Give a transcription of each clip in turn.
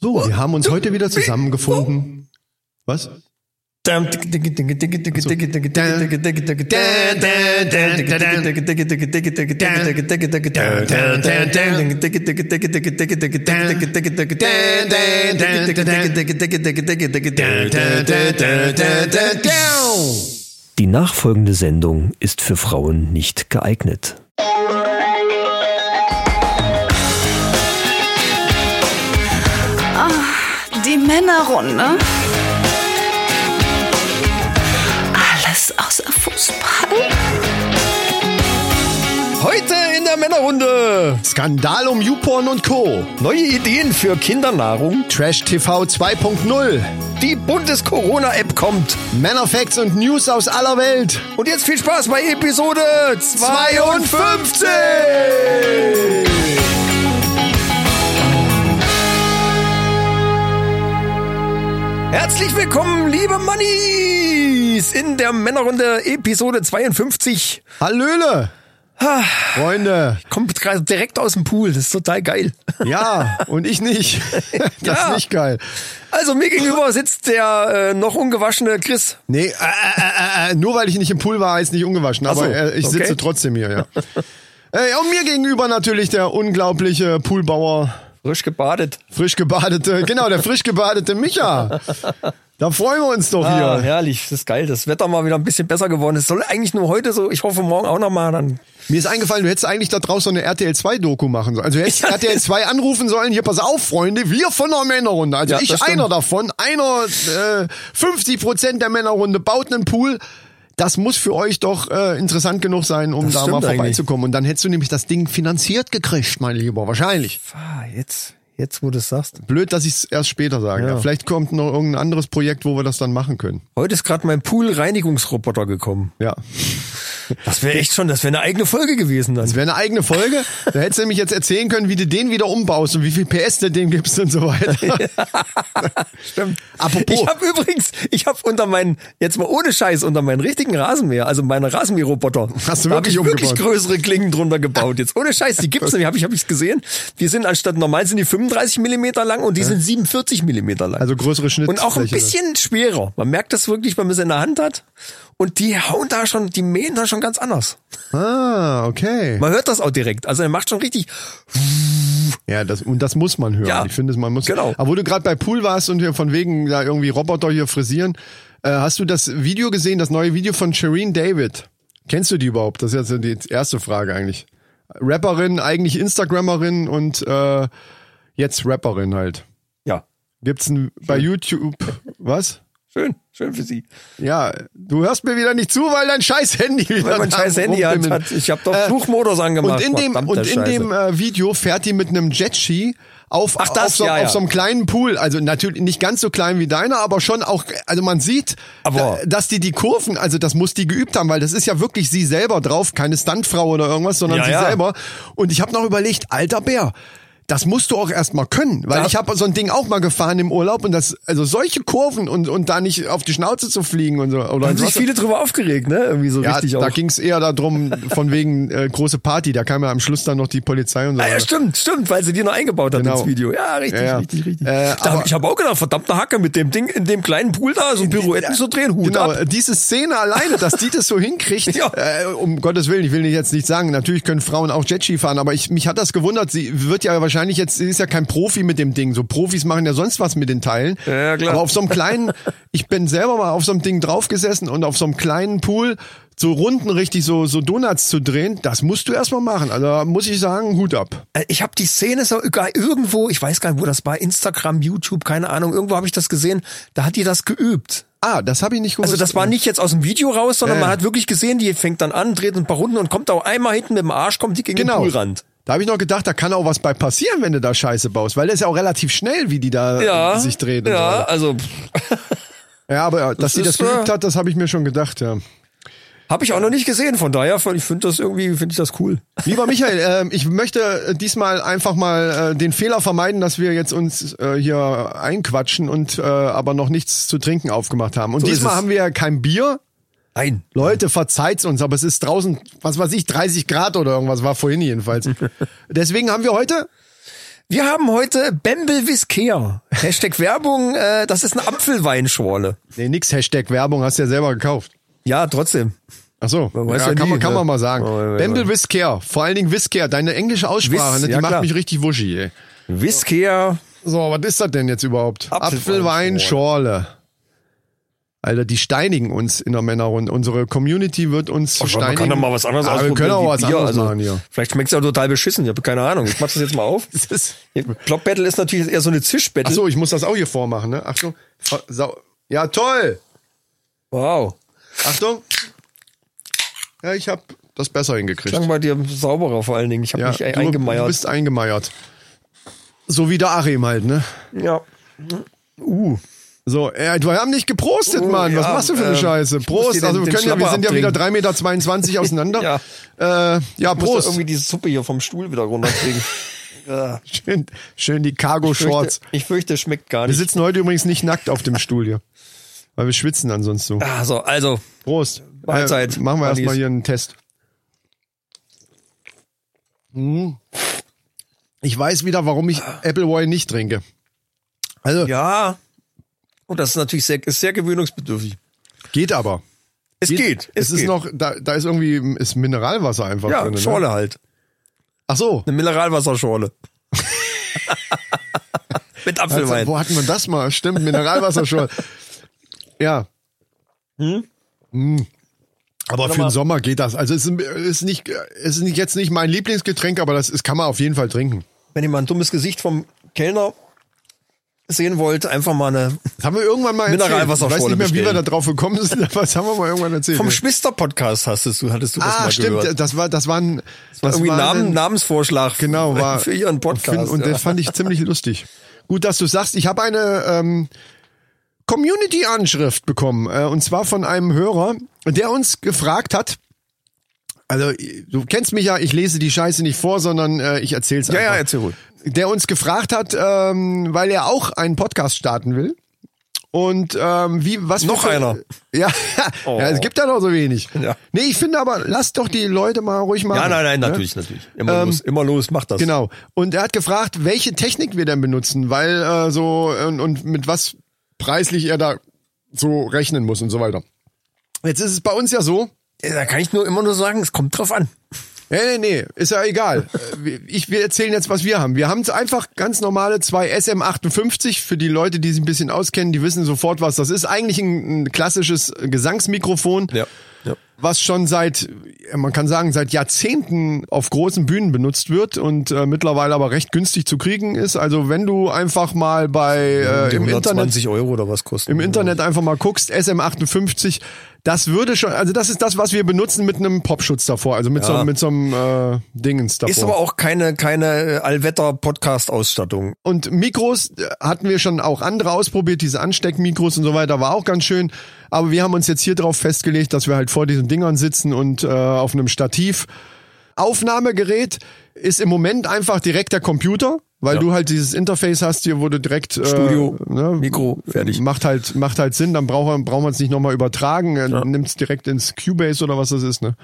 So, wir haben uns heute wieder zusammengefunden. Was? Die nachfolgende Sendung ist für Frauen nicht geeignet. Die Männerrunde. Alles außer Fußball. Heute in der Männerrunde. Skandal um YouPorn und Co. Neue Ideen für Kindernahrung. Trash TV 2.0. Die Bundes-Corona-App kommt. Männerfacts und News aus aller Welt. Und jetzt viel Spaß bei Episode 52. Herzlich willkommen, liebe Mannis, in der Männerrunde Episode 52. Hallöle. Ah. Freunde. Kommt gerade direkt aus dem Pool, das ist total geil. Ja, und ich nicht. Das Ja. ist nicht geil. Also mir gegenüber sitzt der äh, noch ungewaschene Chris. Nee, äh, äh, äh, äh, nur weil ich nicht im Pool war, heißt nicht ungewaschen. so, Aber äh, ich okay. sitze trotzdem hier, ja. äh, und mir gegenüber natürlich der unglaubliche Poolbauer, Frisch gebadet. frisch gebadete, genau, der frisch gebadete Micha. Da freuen wir uns doch Ah, hier. herrlich, das ist geil. Das Wetter mal wieder ein bisschen besser geworden. Es soll eigentlich nur heute so, ich hoffe morgen auch nochmal. Dann Mir ist eingefallen, du hättest eigentlich da draußen eine RTL 2 Doku machen sollen. Also du hättest RTL 2 anrufen sollen, hier pass auf, Freunde, wir von der Männerrunde. Also Ja, das ich stimmt. einer davon, einer äh, 50 Prozent der Männerrunde baut einen Pool. Das muss für euch doch äh, interessant genug sein, um Das da mal stimmt eigentlich. vorbeizukommen. Und dann hättest du nämlich das Ding finanziert gekriegt, mein Lieber. Wahrscheinlich. Ah, jetzt, jetzt wo du es sagst. Blöd, dass ich es erst später sage. Ja. Vielleicht kommt noch irgendein anderes Projekt, wo wir das dann machen können. Heute ist gerade mein Pool-Reinigungsroboter gekommen. Ja. Das wäre echt schon, das wäre eine eigene Folge gewesen dann. Das wäre eine eigene Folge. Da hättest du nämlich jetzt erzählen können, wie du den wieder umbaust und wie viel PS du dem gibst und so weiter. Stimmt. Apropos. Ich habe übrigens, ich habe unter meinen, jetzt mal ohne Scheiß, unter meinen richtigen Rasenmäher, also meine Rasenmäherroboter, Hast du da hab wirklich ich wirklich umgebaut? größere Klingen drunter gebaut. Jetzt ohne Scheiß, die gibt's nämlich, habe ich habe ich gesehen. Die sind anstatt normal sind die 35 Millimeter lang und die sind 47 Millimeter lang. Also größere und Schnittfläche. auch ein bisschen schwerer. Man merkt das wirklich, wenn man es in der Hand hat. Und die hauen da schon, die mähen da schon ganz anders. Ah, okay. Man hört das auch direkt. Also er macht schon richtig. Ja, das, und das muss man hören. Ja. Ich finde, man muss. Genau. Aber wo du gerade bei Pool warst und hier von wegen da irgendwie Roboter hier frisieren, äh, hast du das Video gesehen, das neue Video von Shireen David? Kennst du die überhaupt? Das ist jetzt die erste Frage eigentlich. Rapperin, eigentlich Instagrammerin und äh, jetzt Rapperin halt. Ja, Gibt's ein, bei YouTube was? schön, schön für sie. Ja, du hörst mir wieder nicht zu, weil dein scheiß Handy wieder Weil mein da scheiß Handy hat, rumbimmelt. Äh, hat. Ich habe doch Flugmodus angemacht. Und in dem, verdammte und in Scheiße. dem äh, Video fährt die mit einem Jetski auf, Ach, das, auf, so, ja, ja. auf so einem kleinen Pool. Also natürlich nicht ganz so klein wie deiner, aber schon auch, also man sieht, Aber- da- dass die die Kurven, also das muss die geübt haben, weil das ist ja wirklich sie selber drauf, keine Stuntfrau oder irgendwas, sondern Ja, sie ja. selber. Und ich habe noch überlegt, alter Bär. Das musst du auch erstmal können, weil Da- ich habe so ein Ding auch mal gefahren im Urlaub und das, also solche Kurven und, und da nicht auf die Schnauze zu fliegen und so. Oder Da haben ins sich Wasser- viele drüber aufgeregt, ne? Irgendwie so ja, richtig da auch. ging es eher darum, von wegen äh, große Party. Da kam ja am Schluss dann noch die Polizei und so. Ah, ja, weiter. stimmt, stimmt, weil sie die noch eingebaut hat Äh, Genau. ins Video. Ja, richtig, Ja, ja. richtig, richtig. Äh, da aber- hab, ich habe auch gedacht, verdammte Hacke, mit dem Ding in dem kleinen Pool da so Pirouetten zu drehen, Hut Genau, ab. diese Szene alleine, dass die das so hinkriegt, Ja. äh, um Gottes Willen, ich will jetzt nicht sagen, natürlich können Frauen auch Jetski fahren, aber ich, mich hat das gewundert, sie wird ja wahrscheinlich jetzt, sie ist ja kein Profi mit dem Ding, so Profis machen ja sonst was mit den Teilen, ja, klar. aber auf so einem kleinen, ich bin selber mal auf so einem Ding draufgesessen und auf so einem kleinen Pool so Runden richtig so, so Donuts zu drehen, das musst du erstmal machen, also da muss ich sagen, Hut ab. Äh, Ich habe die Szene so egal, irgendwo, ich weiß gar nicht, wo das war, Instagram, YouTube, keine Ahnung, irgendwo habe ich das gesehen, da hat die das geübt. Ah, das habe ich nicht gewusst. Also das war nicht jetzt aus dem Video raus, sondern Ja, ja. man hat wirklich gesehen, die fängt dann an, dreht ein paar Runden und kommt auch einmal hinten mit dem Arsch, kommt die gegen Genau. den Poolrand. Da habe ich noch gedacht, da kann auch was bei passieren, wenn du da Scheiße baust, weil das ist ja auch relativ schnell, wie die da äh, Ja, sich drehen. und so ja, weiter. also ja aber dass sie das ist, äh, geübt hat, das habe ich mir schon gedacht, ja. habe ich auch noch nicht gesehen, von daher, ich finde das irgendwie, finde ich das cool. Lieber Michael, ähm, ich möchte äh, diesmal einfach mal äh, den Fehler vermeiden, dass wir jetzt uns äh, hier einquatschen und äh, aber noch nichts zu trinken aufgemacht haben. Und So ist diesmal es. haben wir ja kein Bier. Nein, Leute, verzeiht's uns, aber es ist draußen, was weiß ich, 30 Grad oder irgendwas war vorhin jedenfalls. Deswegen haben wir heute Wir haben heute Bembel Viscare. Hashtag Werbung, äh, das ist eine Apfelweinschorle. Nee, nix Hashtag Werbung, hast du ja selber gekauft. Ja, trotzdem. Ach so, ja, weiß ja kann, nie, man, kann ne? man mal sagen. Oh, ja, ja, Bamble Whisker, vor allen Dingen Whisker, deine englische Aussprache, Whis, ne, die ja, macht klar. mich richtig wuschi, ey. Viscare. So, was ist das denn jetzt überhaupt? Apfelwein- Apfelweinschorle. Alter, die steinigen uns in der Männerrunde. Unsere Community wird uns zu Man steinigen. kann doch mal was anderes ja, ausprobieren. Wir können auch wie was Bier. anderes also, machen hier. Vielleicht schmeckt es ja total beschissen. Ich habe keine Ahnung. Ich mach das jetzt mal auf. Plop Battle ist natürlich eher so eine Zischbattle. Ach so, ich muss das auch hier vormachen, ne? Achtung. Ver- Sau. Ja, toll. Wow. Achtung. Ja, ich habe das besser hingekriegt. Klang bei dir sauberer vor allen Dingen. Ich habe Ja, mich e- du, eingemeiert. Du bist eingemeiert. So wie der Achim halt, ne? ja. Uh. So, ey, wir haben nicht geprostet, Oh, Mann. Was ja, machst du für eine ähm, Scheiße? ich muss Prost. dir den- Also wir, den können ja, wir Schlapper sind ja wieder 3,22 abdrehen. Meter auseinander. ja. Äh, ja, Ich muss doch Prost. irgendwie diese Suppe hier vom Stuhl wieder runterkriegen. Ja. Schön, schön die Cargo-Shorts. Ich fürchte, schmeckt gar Wir nicht. sitzen heute übrigens nicht nackt auf dem Stuhl hier. Weil wir schwitzen ansonsten so. Also, also, Prost. Mahlzeit, Äh, machen wir Mannis. erstmal hier einen Test. Hm. Ich weiß wieder, warum ich Appleboy nicht trinke. Also, ja. Und das ist natürlich sehr, ist sehr gewöhnungsbedürftig. geht aber. Es geht. Es, ist geht. noch, da, da ist irgendwie ist Mineralwasser einfach ja, drin. ne? Schorle halt. Ach so. Eine Mineralwasserschorle. Mit Apfelwein. Also, Wo hatten wir das mal? Stimmt, Mineralwasser schon. Ja. Hm? Hm? Aber für den Sommer geht das. Also es ist, ist, nicht, es ist nicht, jetzt nicht mein Lieblingsgetränk, aber das ist, kann man auf jeden Fall trinken. Wenn ihr mal ein dummes Gesicht vom Kellner sehen wollt, einfach mal eine. Das haben wir irgendwann mal erzählt. Mineralwasserschorle Ich weiß nicht mehr, wie wir bestellen. da drauf gekommen sind, aber das haben wir mal irgendwann erzählt. Vom Schwister-Podcast hast du, hattest du das ah, mal stimmt. gehört. Das war, das war ein, das Irgendwie war Namen, ein- Namensvorschlag genau, war, für ihren Podcast. Und ja. das fand ich ziemlich lustig. Gut, dass du sagst. Ich habe eine ähm, Community-Anschrift bekommen. Äh, und zwar von einem Hörer, der uns gefragt hat, also du kennst mich ja, ich lese die Scheiße nicht vor, sondern äh, ich erzähl's einfach. ja, erzähl ruhig. Der uns gefragt hat, ähm, weil er auch einen Podcast starten will. Und ähm, wie, was Noch wir- einer. Oh. Ja, ja, es gibt ja noch so wenig. Ja. Nee, ich finde aber, lass doch die Leute mal ruhig machen. ja, nein, nein, ne? natürlich, natürlich. Immer los, immer los, mach das. Genau. Und er hat gefragt, welche Technik wir denn benutzen, weil äh, so und, und mit was preislich er da so rechnen muss und so weiter. Jetzt ist es bei uns ja so. Da kann ich nur immer nur sagen, es kommt drauf an. Nee, nee, nee, ist ja egal. Äh, wir- Ich, wir erzählen jetzt, was wir haben. Wir haben einfach ganz normale zwei SM58. Für die Leute, die sich ein bisschen auskennen, die wissen sofort, was das ist. Eigentlich ein, ein klassisches Gesangsmikrofon. ja. was schon seit, man kann sagen, seit Jahrzehnten auf großen Bühnen benutzt wird und äh, mittlerweile aber recht günstig zu kriegen ist. Also wenn du einfach mal bei äh, im Internet 120 Euro oder was kostet. im Internet einfach mal guckst, SM58, das würde schon, also das ist das, was wir benutzen mit einem Popschutz davor, also mit so einem, mit so einem äh, Dingens davor. Ist aber auch keine, keine Allwetter-Podcast-Ausstattung. Und Mikros äh, hatten wir schon auch andere ausprobiert, diese Ansteckmikros und so weiter, war auch ganz schön. Aber wir haben uns jetzt hier drauf festgelegt, dass wir halt vor diesen Dingern sitzen und äh, auf einem Stativ. Aufnahmegerät ist im Moment einfach direkt der Computer, weil du halt dieses Interface hast hier, wo du direkt äh, Studio, ne, Mikro, fertig. Macht halt, macht halt Sinn, dann braucht man braucht man es nicht nochmal übertragen, äh, nimmt's direkt ins Cubase oder was das ist, ne?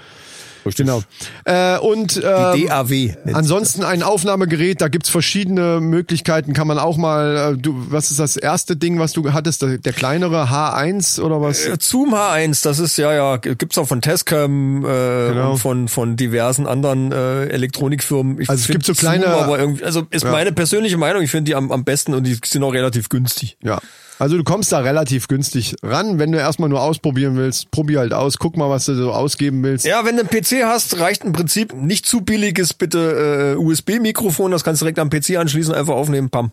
Genau. Äh, und äh, DAW. Ansonsten äh, ein Aufnahmegerät, da gibt's verschiedene Möglichkeiten, kann man auch mal, äh, du, was ist das erste Ding, was du hattest, der, der kleinere H1 oder was? Zoom H1, das ist ja, ja, gibt's auch von Tascam, äh, Genau. und von, von diversen anderen äh, Elektronikfirmen. Ich Also es find gibt so kleine- Zoom aber irgendwie, also ist Ja. meine persönliche Meinung, ich finde die am, am besten und die sind auch relativ günstig. Ja. Also du kommst da relativ günstig ran, wenn du erstmal nur ausprobieren willst, probier halt aus, guck mal, was du so ausgeben willst. Ja, wenn du einen PC hast, reicht im Prinzip nicht zu billiges bitte äh, USB-Mikrofon, das kannst du direkt am PC anschließen, einfach aufnehmen, pam.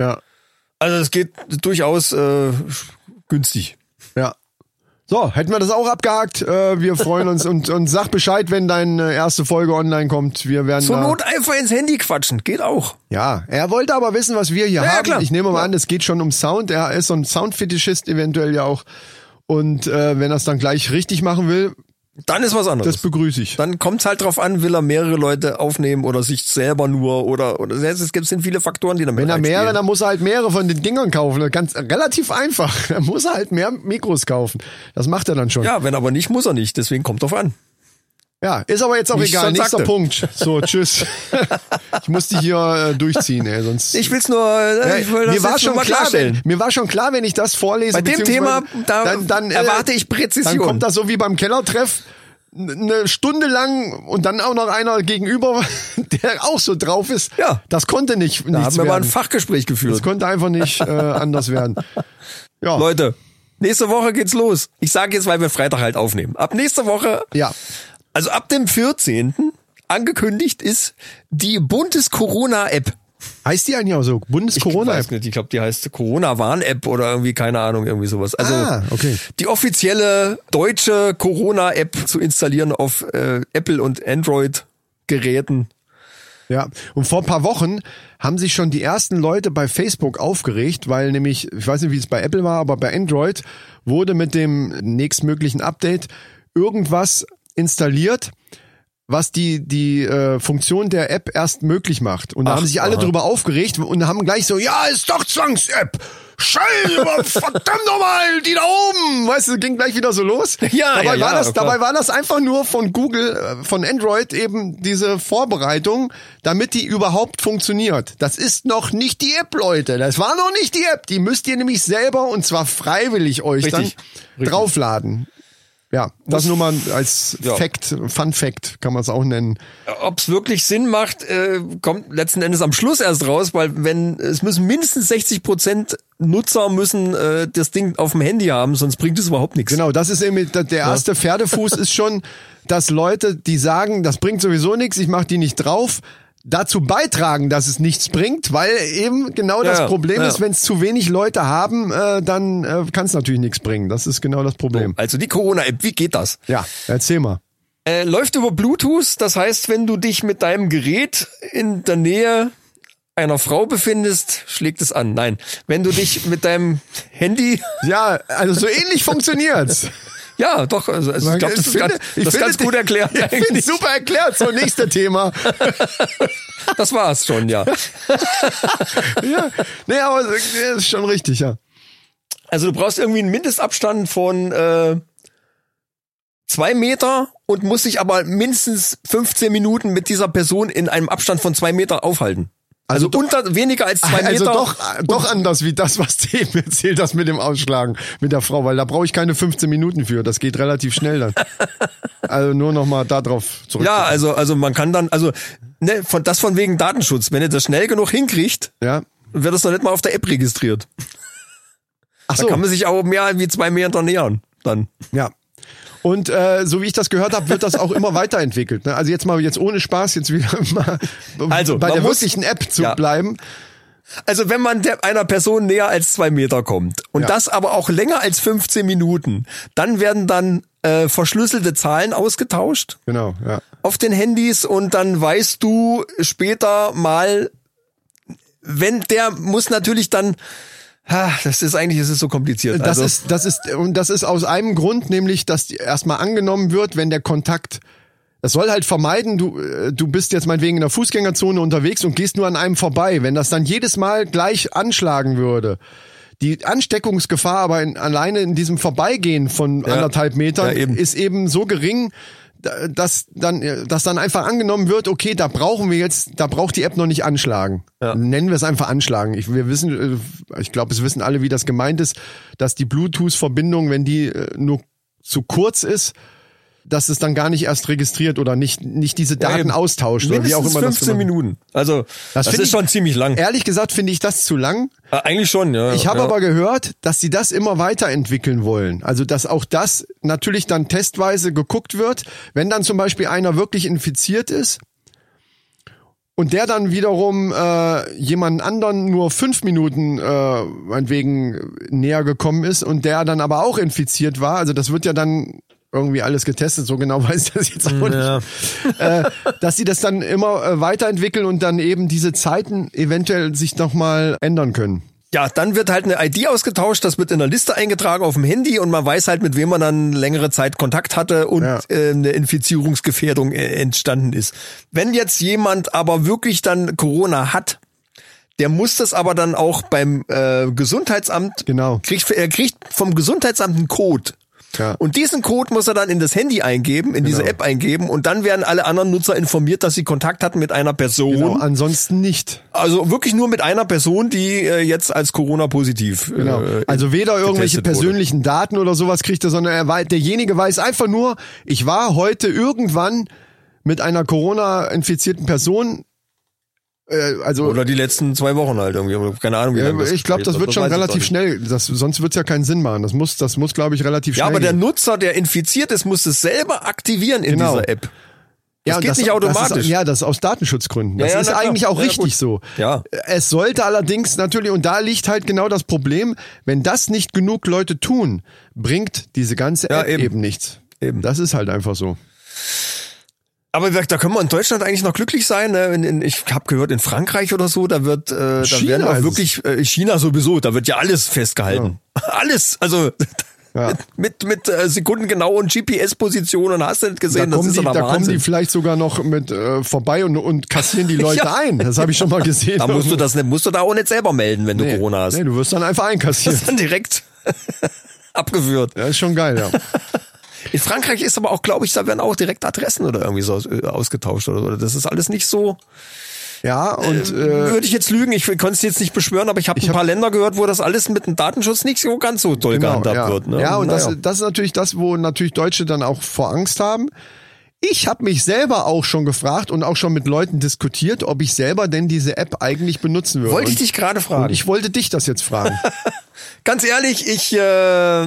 Ja. Also es geht durchaus äh, günstig. ja. So, hätten wir das auch abgehakt. Äh, wir freuen uns und, und sag Bescheid, wenn deine erste Folge online kommt. Wir werden Zur da- Not einfach ins Handy quatschen, geht auch. Ja, er wollte aber wissen, was wir hier ja, haben. klar. Ich nehme mal an, es geht schon um Sound. Er ist so ein Soundfetischist eventuell ja auch. Und äh, wenn er es dann gleich richtig machen will, Dann ist was anderes. das begrüße ich. dann kommt's halt drauf an, will er mehrere Leute aufnehmen oder sich selber nur oder oder es gibt sind viele Faktoren, die damit Wenn er mehrere, reinspielen. dann muss er halt mehrere von den Dingern kaufen. Das ist Ganz relativ einfach. Dann muss er halt mehr Mikros kaufen. Das macht er dann schon. ja, wenn aber nicht, muss er nicht. Deswegen kommt drauf an. Ja, ist aber jetzt auch Wie ich egal. schon Nächster sagte. Punkt. So, tschüss. ich muss dich hier äh, durchziehen, ey, sonst. Ich will's nur, äh, Ja, ich will das mir war jetzt schon nur mal klar, klarstellen. wenn, mir war schon klar, wenn ich das vorlese. Bei dem Thema, beziehungsweise äh, da erwarte ich Präzision. Dann kommt das so wie beim Kellertreff n- eine Stunde lang und dann auch noch einer gegenüber, der auch so drauf ist. Ja. Das konnte nicht Da nichts haben wir mal ein werden. Fachgespräch geführt. Das konnte einfach nicht äh, anders werden. Ja. Leute, nächste Woche geht's los. Ich sage jetzt, weil wir Freitag halt aufnehmen. Ab nächste Woche, Ja. also ab dem 14. angekündigt ist die Bundes-Corona-App. Heißt die eigentlich auch so? Bundes-Corona-App? Ich weiß nicht, ich glaube, die heißt Corona-Warn-App oder irgendwie, keine Ahnung, irgendwie sowas. Also Ah, okay. die offizielle deutsche Corona-App zu installieren auf äh, Apple und Android-Geräten. Ja, und vor ein paar Wochen haben sich schon die ersten Leute bei Facebook aufgeregt, weil nämlich, ich weiß nicht, wie es bei Apple war, aber bei Android wurde mit dem nächstmöglichen Update irgendwas installiert, was die, die äh, Funktion der App erst möglich macht. Und da Ach, haben sich alle aha. drüber aufgeregt und haben gleich so, ja, ist doch Zwangs-App. Scheiße, verdammt nochmal, die da oben. Weißt du, ging gleich wieder so los. Ja, dabei ja, war ja, das, klar. dabei war das einfach nur von Google, äh, von Android eben diese Vorbereitung, damit die überhaupt funktioniert. Das ist noch nicht die App, Leute. Das war noch nicht die App. Die müsst ihr nämlich selber und zwar freiwillig euch Richtig, dann richtig. draufladen. Ja, das nur mal als Ja. Fact, Fun Fact kann man es auch nennen. Ob es wirklich Sinn macht, äh, kommt letzten Endes am Schluss erst raus, weil wenn es müssen mindestens 60 Prozent Nutzer müssen äh, das Ding auf dem Handy haben, sonst bringt es überhaupt nichts. Genau, das ist eben der der erste Pferdefuß ist schon, dass Leute, die sagen, das bringt sowieso nichts, ich mache die nicht drauf, dazu beitragen, dass es nichts bringt, weil eben genau das ja, Problem ja. ist, wenn es zu wenig Leute haben, äh, dann äh, kann es natürlich nichts bringen. Das ist genau das Problem. Also die Corona-App, wie geht das? Ja, erzähl mal. Äh, läuft über Bluetooth, das heißt, wenn du dich mit deinem Gerät in der Nähe einer Frau befindest, schlägt es an. Nein, wenn du dich mit deinem Handy, Ja, also so ähnlich funktioniert's. ja, doch, also, also ich glaube, das ist ganz, ich das ist ganz finde- gut erklärt. Ich finde eigentlich. super erklärt. So, nächstes Thema. Das war's schon, ja. ja. Nee, aber äh, ist schon richtig, ja. Also du brauchst irgendwie einen Mindestabstand von äh, zwei Meter und musst dich aber mindestens 15 Minuten mit dieser Person in einem Abstand von zwei Meter aufhalten. Also, unter weniger als zwei also Meter. doch, doch anders wie das, was du eben erzählt hast mit dem Ausschlagen mit der Frau, weil da brauche ich keine 15 Minuten für. Das geht relativ schnell dann. also nur nochmal darauf zurück. Ja, also also man kann dann also ne, von das von wegen Datenschutz. Wenn ihr das schnell genug hinkriegt, ja. wird das noch nicht mal auf der App registriert. Ach Da so, kann man sich auch mehr wie zwei Meter nähern. Dann ja. Und äh, so wie ich das gehört habe, wird das auch immer weiterentwickelt. Ne? Also jetzt mal jetzt ohne Spaß jetzt wieder mal Also, bei man der muss- wirklichen App zu Ja. bleiben. Also wenn man der, einer Person näher als zwei Meter kommt und Ja. das aber auch länger als 15 Minuten, dann werden dann äh, verschlüsselte Zahlen ausgetauscht Genau, ja. auf den Handys und dann weißt du später mal, wenn der muss natürlich dann, ha, das ist eigentlich, es ist so kompliziert. Das also, ist, das ist, und das ist aus einem Grund, nämlich, dass die erstmal angenommen wird, wenn der Kontakt, das soll halt vermeiden, du, äh, du bist jetzt meinetwegen in der Fußgängerzone unterwegs und gehst nur an einem vorbei. Wenn das dann jedes Mal gleich anschlagen würde, die Ansteckungsgefahr aber in, alleine in diesem Vorbeigehen von anderthalb Metern Ja, eben. ist eben so gering, da- dass dann, äh, dass dann einfach angenommen wird, okay, da brauchen wir jetzt, da braucht die App noch nicht anschlagen. Nennen wir es einfach anschlagen. Ich, wir wissen, äh, ich glaube, es wissen alle, wie das gemeint ist, dass die Bluetooth-Verbindung, wenn die äh, nur zu kurz ist, dass es dann gar nicht erst registriert oder nicht, nicht diese Daten eben. austauscht oder wie auch mindestens immer das 15 gemacht- Minuten. Also das, find ist schon ziemlich lang. Ehrlich gesagt finde ich das zu lang. Äh, eigentlich schon, ja. Ich habe ja. aber gehört, dass sie das immer weiterentwickeln wollen. Also, dass auch das natürlich dann testweise geguckt wird, wenn dann zum Beispiel einer wirklich infiziert ist und der dann wiederum äh, jemanden anderen nur fünf Minuten äh, meinetwegen näher gekommen ist und der dann aber auch infiziert war. Also, das wird ja dann irgendwie alles getestet, so genau weiß ich das jetzt auch nicht äh, dass sie das dann immer äh, weiterentwickeln und dann eben diese Zeiten eventuell sich nochmal ändern können. Ja, dann wird halt eine ID ausgetauscht, das wird in der Liste eingetragen auf dem Handy und man weiß halt, mit wem man dann längere Zeit Kontakt hatte und Ja. äh, eine Infizierungsgefährdung äh, entstanden ist. Wenn jetzt jemand aber wirklich dann Corona hat, der muss das aber dann auch beim äh, Gesundheitsamt Genau. kriegt er kriegt vom Gesundheitsamt einen Code. Ja. Und diesen Code muss er dann in das Handy eingeben, in diese Genau. App eingeben und dann werden alle anderen Nutzer informiert, dass sie Kontakt hatten mit einer Person. Genau, ansonsten nicht. Also wirklich nur mit einer Person, die äh, jetzt als Corona positiv. äh, Genau. Also weder irgendwelche getestet wurde. persönlichen Daten oder sowas kriegt er, sondern er wei- derjenige weiß einfach nur, ich war heute irgendwann mit einer Corona-infizierten Person. Äh, also Oder die letzten zwei Wochen halt irgendwie. Keine Ahnung, wie äh, lange ich glaube, das wird schon weiß ich doch relativ nicht. schnell. Das, sonst wird's ja keinen Sinn machen. Das muss, das muss, glaube ich, relativ Ja, schnell. aber der gehen. Nutzer, der infiziert ist, muss es selber aktivieren in Genau. dieser App. Ja, das geht und nicht Das automatisch. ist, ja, das aus Datenschutzgründen. Das Ja, ja, ist na klar. eigentlich auch Ja, richtig gut. so. Ja. Es sollte allerdings natürlich, und da liegt halt genau das Problem, wenn das nicht genug Leute tun, bringt diese ganze Ja, App eben, eben. nichts. Eben. Das ist halt einfach so. Aber wie gesagt, da können wir in Deutschland eigentlich noch glücklich sein. Ne? In, in, ich habe gehört, in Frankreich oder so, da wird, äh, da China werden ist auch es. wirklich äh, China sowieso, da wird ja alles festgehalten. Alles, also Ja. mit mit äh, Sekundengenau und GPS-Position und hast du nicht Da, gesehen, das kommen ist die, aber da kommen die Wahnsinn. vielleicht sogar noch mit äh, vorbei und, und kassieren die Leute Ja. ein. Das habe ich schon mal gesehen. Da musst du das nicht, musst du da auch nicht selber melden, wenn nee. du Corona hast. Nee, du wirst dann einfach Das einkassiert. ist dann direkt abgeführt. Das ist schon geil, ja. In Frankreich ist aber auch, glaube ich, da werden auch direkt Adressen oder irgendwie so aus- äh, ausgetauscht oder so. Das ist alles nicht so. Ja, und äh, Würde ich jetzt lügen, ich konnte es jetzt nicht beschwören, aber ich habe ein paar Länder gehört, wo das alles mit dem Datenschutz nicht so ganz so doll gehandhabt Genau, ja. wird. Ne? Ja, und das, Naja. das ist natürlich das, wo natürlich Deutsche dann auch vor Angst haben. Ich habe mich selber auch schon gefragt und auch schon mit Leuten diskutiert, ob ich selber denn diese App eigentlich benutzen würde. wollte ich Und- dich gerade und fragen. ich wollte dich das jetzt fragen. ganz ehrlich, ich äh,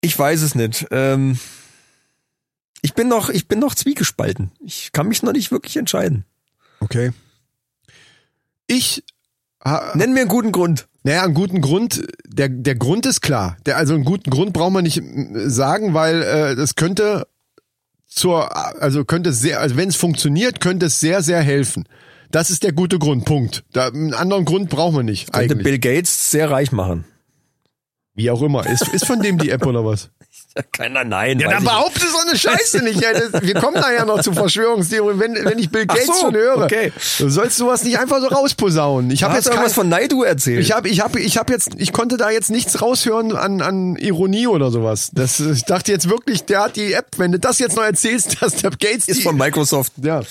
ich weiß es nicht. Ähm, ich bin noch, ich bin noch zwiegespalten. Ich kann mich noch nicht wirklich entscheiden. Okay. Ich ha, Nenn mir einen guten Grund. Naja, einen guten Grund, der, der Grund ist klar. Der, also einen guten Grund braucht man nicht mm, sagen, weil äh, das könnte zur, also könnte sehr, also wenn es funktioniert, könnte es sehr, sehr helfen. Das ist der gute Grund, Punkt. Da, einen anderen Grund brauchen wir nicht Könnte eigentlich. Bill Gates sehr reich machen. Wie auch immer. Ist, ist von dem die App oder was? Keiner, nein. Ja, weiß dann ich nicht. behaupte so eine Scheiße nicht. ey. Das, wir kommen da ja noch zu Verschwörungstheorien, wenn, wenn ich Bill Ach Gates so, schon höre. okay. Du sollst sowas nicht einfach so rausposaunen. Ich habe Hast jetzt du kein, irgendwas von Naidu erzählt? Ich habe, ich habe, ich habe jetzt, ich konnte da jetzt nichts raushören an, an Ironie oder sowas. Das, äh, ich dachte jetzt wirklich, der hat die App. Wenn du das jetzt noch erzählst, dass der Gates ist die, von Microsoft. ja,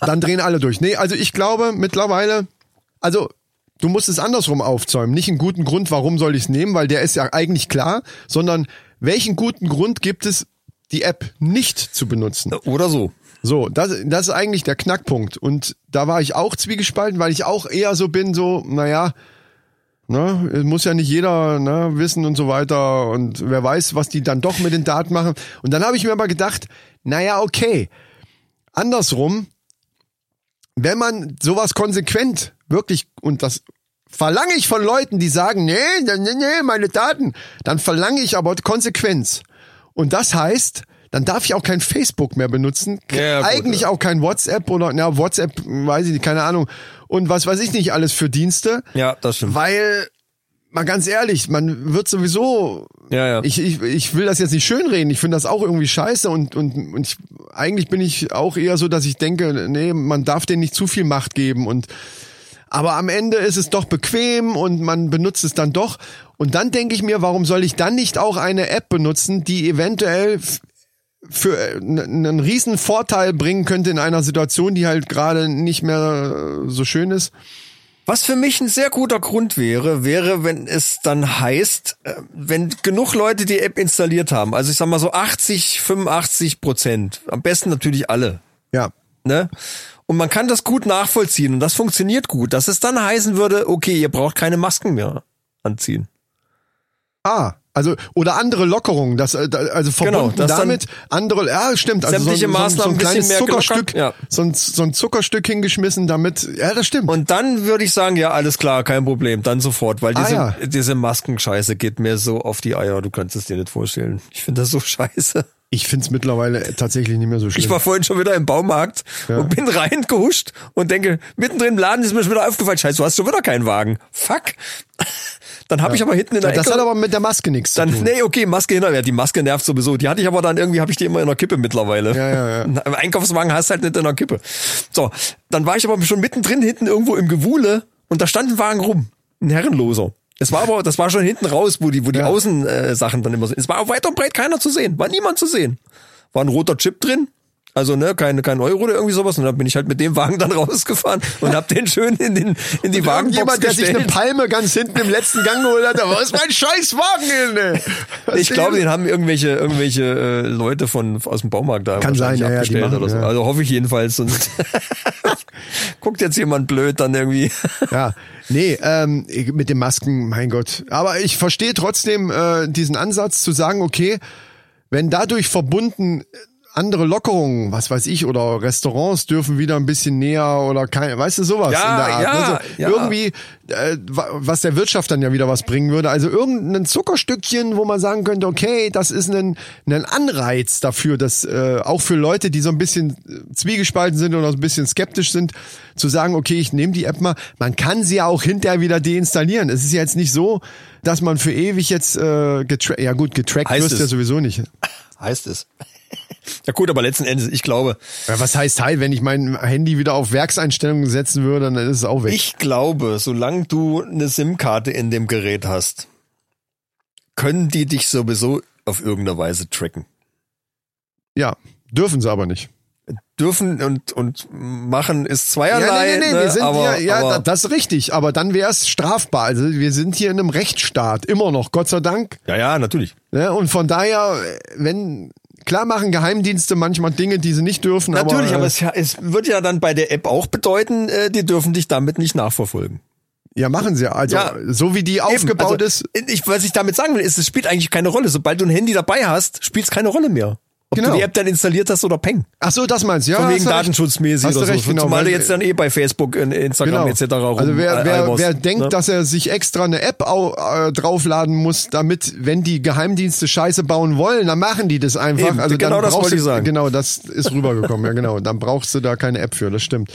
dann drehen alle durch. Nee, also ich glaube mittlerweile, also du musst es andersrum aufzäumen. Nicht einen guten Grund, warum soll ich es nehmen, weil der ist ja eigentlich klar, sondern welchen guten Grund gibt es, die App nicht zu benutzen? Oder so. So, das, das ist eigentlich der Knackpunkt. Und da war ich auch zwiegespalten, weil ich auch eher so bin, so, naja, ne, es muss ja nicht jeder ne, wissen und so weiter. Und wer weiß, was die dann doch mit den Daten machen. Und dann habe ich mir aber gedacht, naja, okay, andersrum, wenn man sowas konsequent wirklich, und das verlange ich von Leuten, die sagen, nee, nee, nee, nee, meine Daten, dann verlange ich aber Konsequenz. Und das heißt, dann darf ich auch kein Facebook mehr benutzen, Ja, gut, eigentlich auch kein WhatsApp oder, na, WhatsApp, weiß ich nicht, keine Ahnung. Und was weiß ich nicht alles für Dienste. Ja, das stimmt. Weil, mal ganz ehrlich, man wird sowieso. Ja, ja. Ich, ich, ich will das jetzt nicht schönreden. Ich finde das auch irgendwie scheiße und, und, und ich, eigentlich bin ich auch eher so, dass ich denke, nee, man darf denen nicht zu viel Macht geben und aber am Ende ist es doch bequem und man benutzt es dann doch. Und dann denke ich mir, warum soll ich dann nicht auch eine App benutzen, die eventuell f- für äh, n- einen riesen Vorteil bringen könnte in einer Situation, die halt gerade nicht mehr äh, so schön ist? Was für mich ein sehr guter Grund wäre, wäre, wenn es dann heißt, äh, wenn genug Leute die App installiert haben, also ich sag mal so 80, 85 Prozent, am besten natürlich alle, Ja. ne? Und man kann das gut nachvollziehen und das funktioniert gut, dass es dann heißen würde, okay, ihr braucht keine Masken mehr anziehen. Ah, also oder andere Lockerungen, das äh, da- also verbunden Genau, dass dann damit andere ja stimmt, also so, ein- so, sämtliche ein- so Maßnahmen ein ein bisschen kleines mehr Zuckerstück, gelockert, ja. so, ein, so ein Zuckerstück hingeschmissen, damit ja, das stimmt. Und dann würde ich sagen, ja, alles klar, kein Problem, dann sofort, weil Ah, diese, ja. diese Maskenscheiße geht mir so auf die Eier, du kannst es dir nicht vorstellen. Ich finde das so scheiße. ich find's mittlerweile tatsächlich nicht mehr so schlimm. Ich war vorhin schon wieder im Baumarkt und bin reingehuscht und denke, mittendrin im Laden ist mir schon wieder aufgefallen, scheiße, du hast schon wieder keinen Wagen. Fuck. Dann habe ich aber hinten in der das Ecke... hat aber mit der Maske nichts zu dann, tun. nee, okay, Maske hinterher. Die Maske nervt sowieso. Die hatte ich aber dann irgendwie, habe ich die immer in der Kippe mittlerweile. Ja, ja, ja. Im Einkaufswagen hast du halt nicht in der Kippe. So, dann war ich aber schon mittendrin hinten irgendwo im Gewuhle und da stand ein Wagen rum. Ein Herrenloser. Es war aber, das war schon hinten raus, wo die, wo die Außensachen dann immer sind. Es war auf weit und breit keiner zu sehen, war niemand zu sehen. War ein roter Chip drin, also ne, kein, kein Euro oder irgendwie sowas. Und dann bin ich halt mit dem Wagen dann rausgefahren und hab den schön in, den, in die Wagenbox Jemand, der sich gestellt. eine Palme ganz hinten im letzten Gang geholt hat, aber was ist mein Scheißwagen hin, ey? Was Ich denn? glaube, den haben irgendwelche, irgendwelche äh, Leute von, aus dem Baumarkt da Kann wahrscheinlich sein, ja, ja, die abgestellt machen, oder so. ja. Also hoffe ich jedenfalls. Sonst guckt jetzt jemand blöd dann irgendwie. Ja, nee, ähm, ich- mit den Masken, mein Gott. Aber ich verstehe trotzdem äh, diesen Ansatz zu sagen, okay, wenn dadurch verbunden äh, andere Lockerungen, was weiß ich, oder Restaurants dürfen wieder ein bisschen näher oder kein, weißt du, sowas Ja, in der Art. ja, ne? So ja. Irgendwie, äh, wa- was der Wirtschaft dann ja wieder was bringen würde. Also irgendein Zuckerstückchen, wo man sagen könnte, okay, das ist ein, ein Anreiz dafür, dass äh, auch für Leute, die so ein bisschen äh, zwiegespalten sind oder so ein bisschen skeptisch sind, zu sagen, okay, ich nehme die App mal. Man kann sie ja auch hinterher wieder deinstallieren. Es ist ja jetzt nicht so, dass man für ewig jetzt äh, getra- ja gut, getrackt Heißt wirst du es. ja sowieso nicht. Heißt es. Ja gut, aber letzten Endes, ich glaube, Ja, was heißt halt, wenn ich mein Handy wieder auf Werkseinstellungen setzen würde, dann ist es auch weg. ich glaube, solange du eine SIM-Karte in dem Gerät hast, können die dich sowieso auf irgendeine Weise tracken. ja, dürfen sie aber nicht. Dürfen und, und machen ist zweierlei. ja, nee, nee, nee, ne? wir sind aber, hier, ja, aber, da- das ist richtig, aber dann wäre es strafbar. Also wir sind hier in einem Rechtsstaat, immer noch, Gott sei Dank. ja, ja, natürlich. Ne? Und von daher, wenn, klar machen Geheimdienste manchmal Dinge, die sie nicht dürfen, Natürlich, aber, aber, äh, es, es wird ja dann bei der App auch bedeuten, äh, die dürfen dich damit nicht nachverfolgen. ja, machen sie. Also, Ja. so wie die aufgebaut Also, ist, Ich, was ich damit sagen will, ist, es spielt eigentlich keine Rolle. Sobald du ein Handy dabei hast, spielt es keine Rolle mehr. Ob Genau. du die App dann installiert hast oder Peng. ach so, das meinst du, ja. Von wegen hast du recht. datenschutzmäßig Hast du oder recht, so. genau, Zumal du weil- jetzt dann eh bei Facebook, in- Instagram etc. rum Also wer, wer, alberst, wer ne? denkt, dass er sich extra eine App au, äh, draufladen muss, damit, wenn die Geheimdienste Scheiße bauen wollen, dann machen die das einfach. Eben, also genau dann das brauchst wollte du- ich sagen. Genau, das ist rübergekommen, ja genau. Dann brauchst du da keine App für, das stimmt.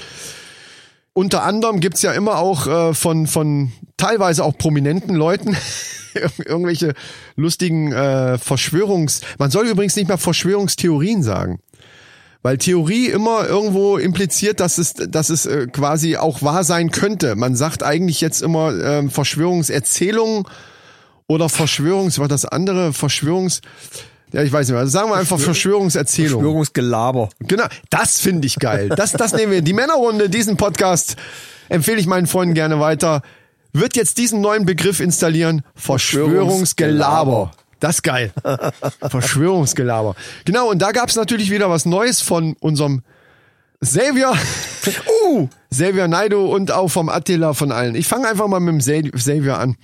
Unter anderem gibt's ja immer auch äh, von, von teilweise auch prominenten Leuten irgendwelche lustigen äh, Verschwörungs... Man soll übrigens nicht mehr Verschwörungstheorien sagen. Weil Theorie immer irgendwo impliziert, dass es, dass es äh, quasi auch wahr sein könnte. Man sagt eigentlich jetzt immer ähm, Verschwörungserzählungen oder Verschwörungs, was das andere? Verschwörungs. Ja, ich weiß nicht mehr. Also sagen wir einfach Verschwörungserzählungen. Verschwörungsgelaber. Genau, das finde ich geil. Das, das nehmen wir. Die Männerrunde, diesen Podcast empfehle ich meinen Freunden gerne weiter. Wird jetzt diesen neuen Begriff installieren. Verschwörungsgelaber. Das ist geil. Verschwörungsgelaber. Genau, und da gab es natürlich wieder was Neues von unserem Xavier. Uh! Xavier Naido und auch vom Attila von allen. Ich fange einfach mal mit dem Xavier- Xavier an.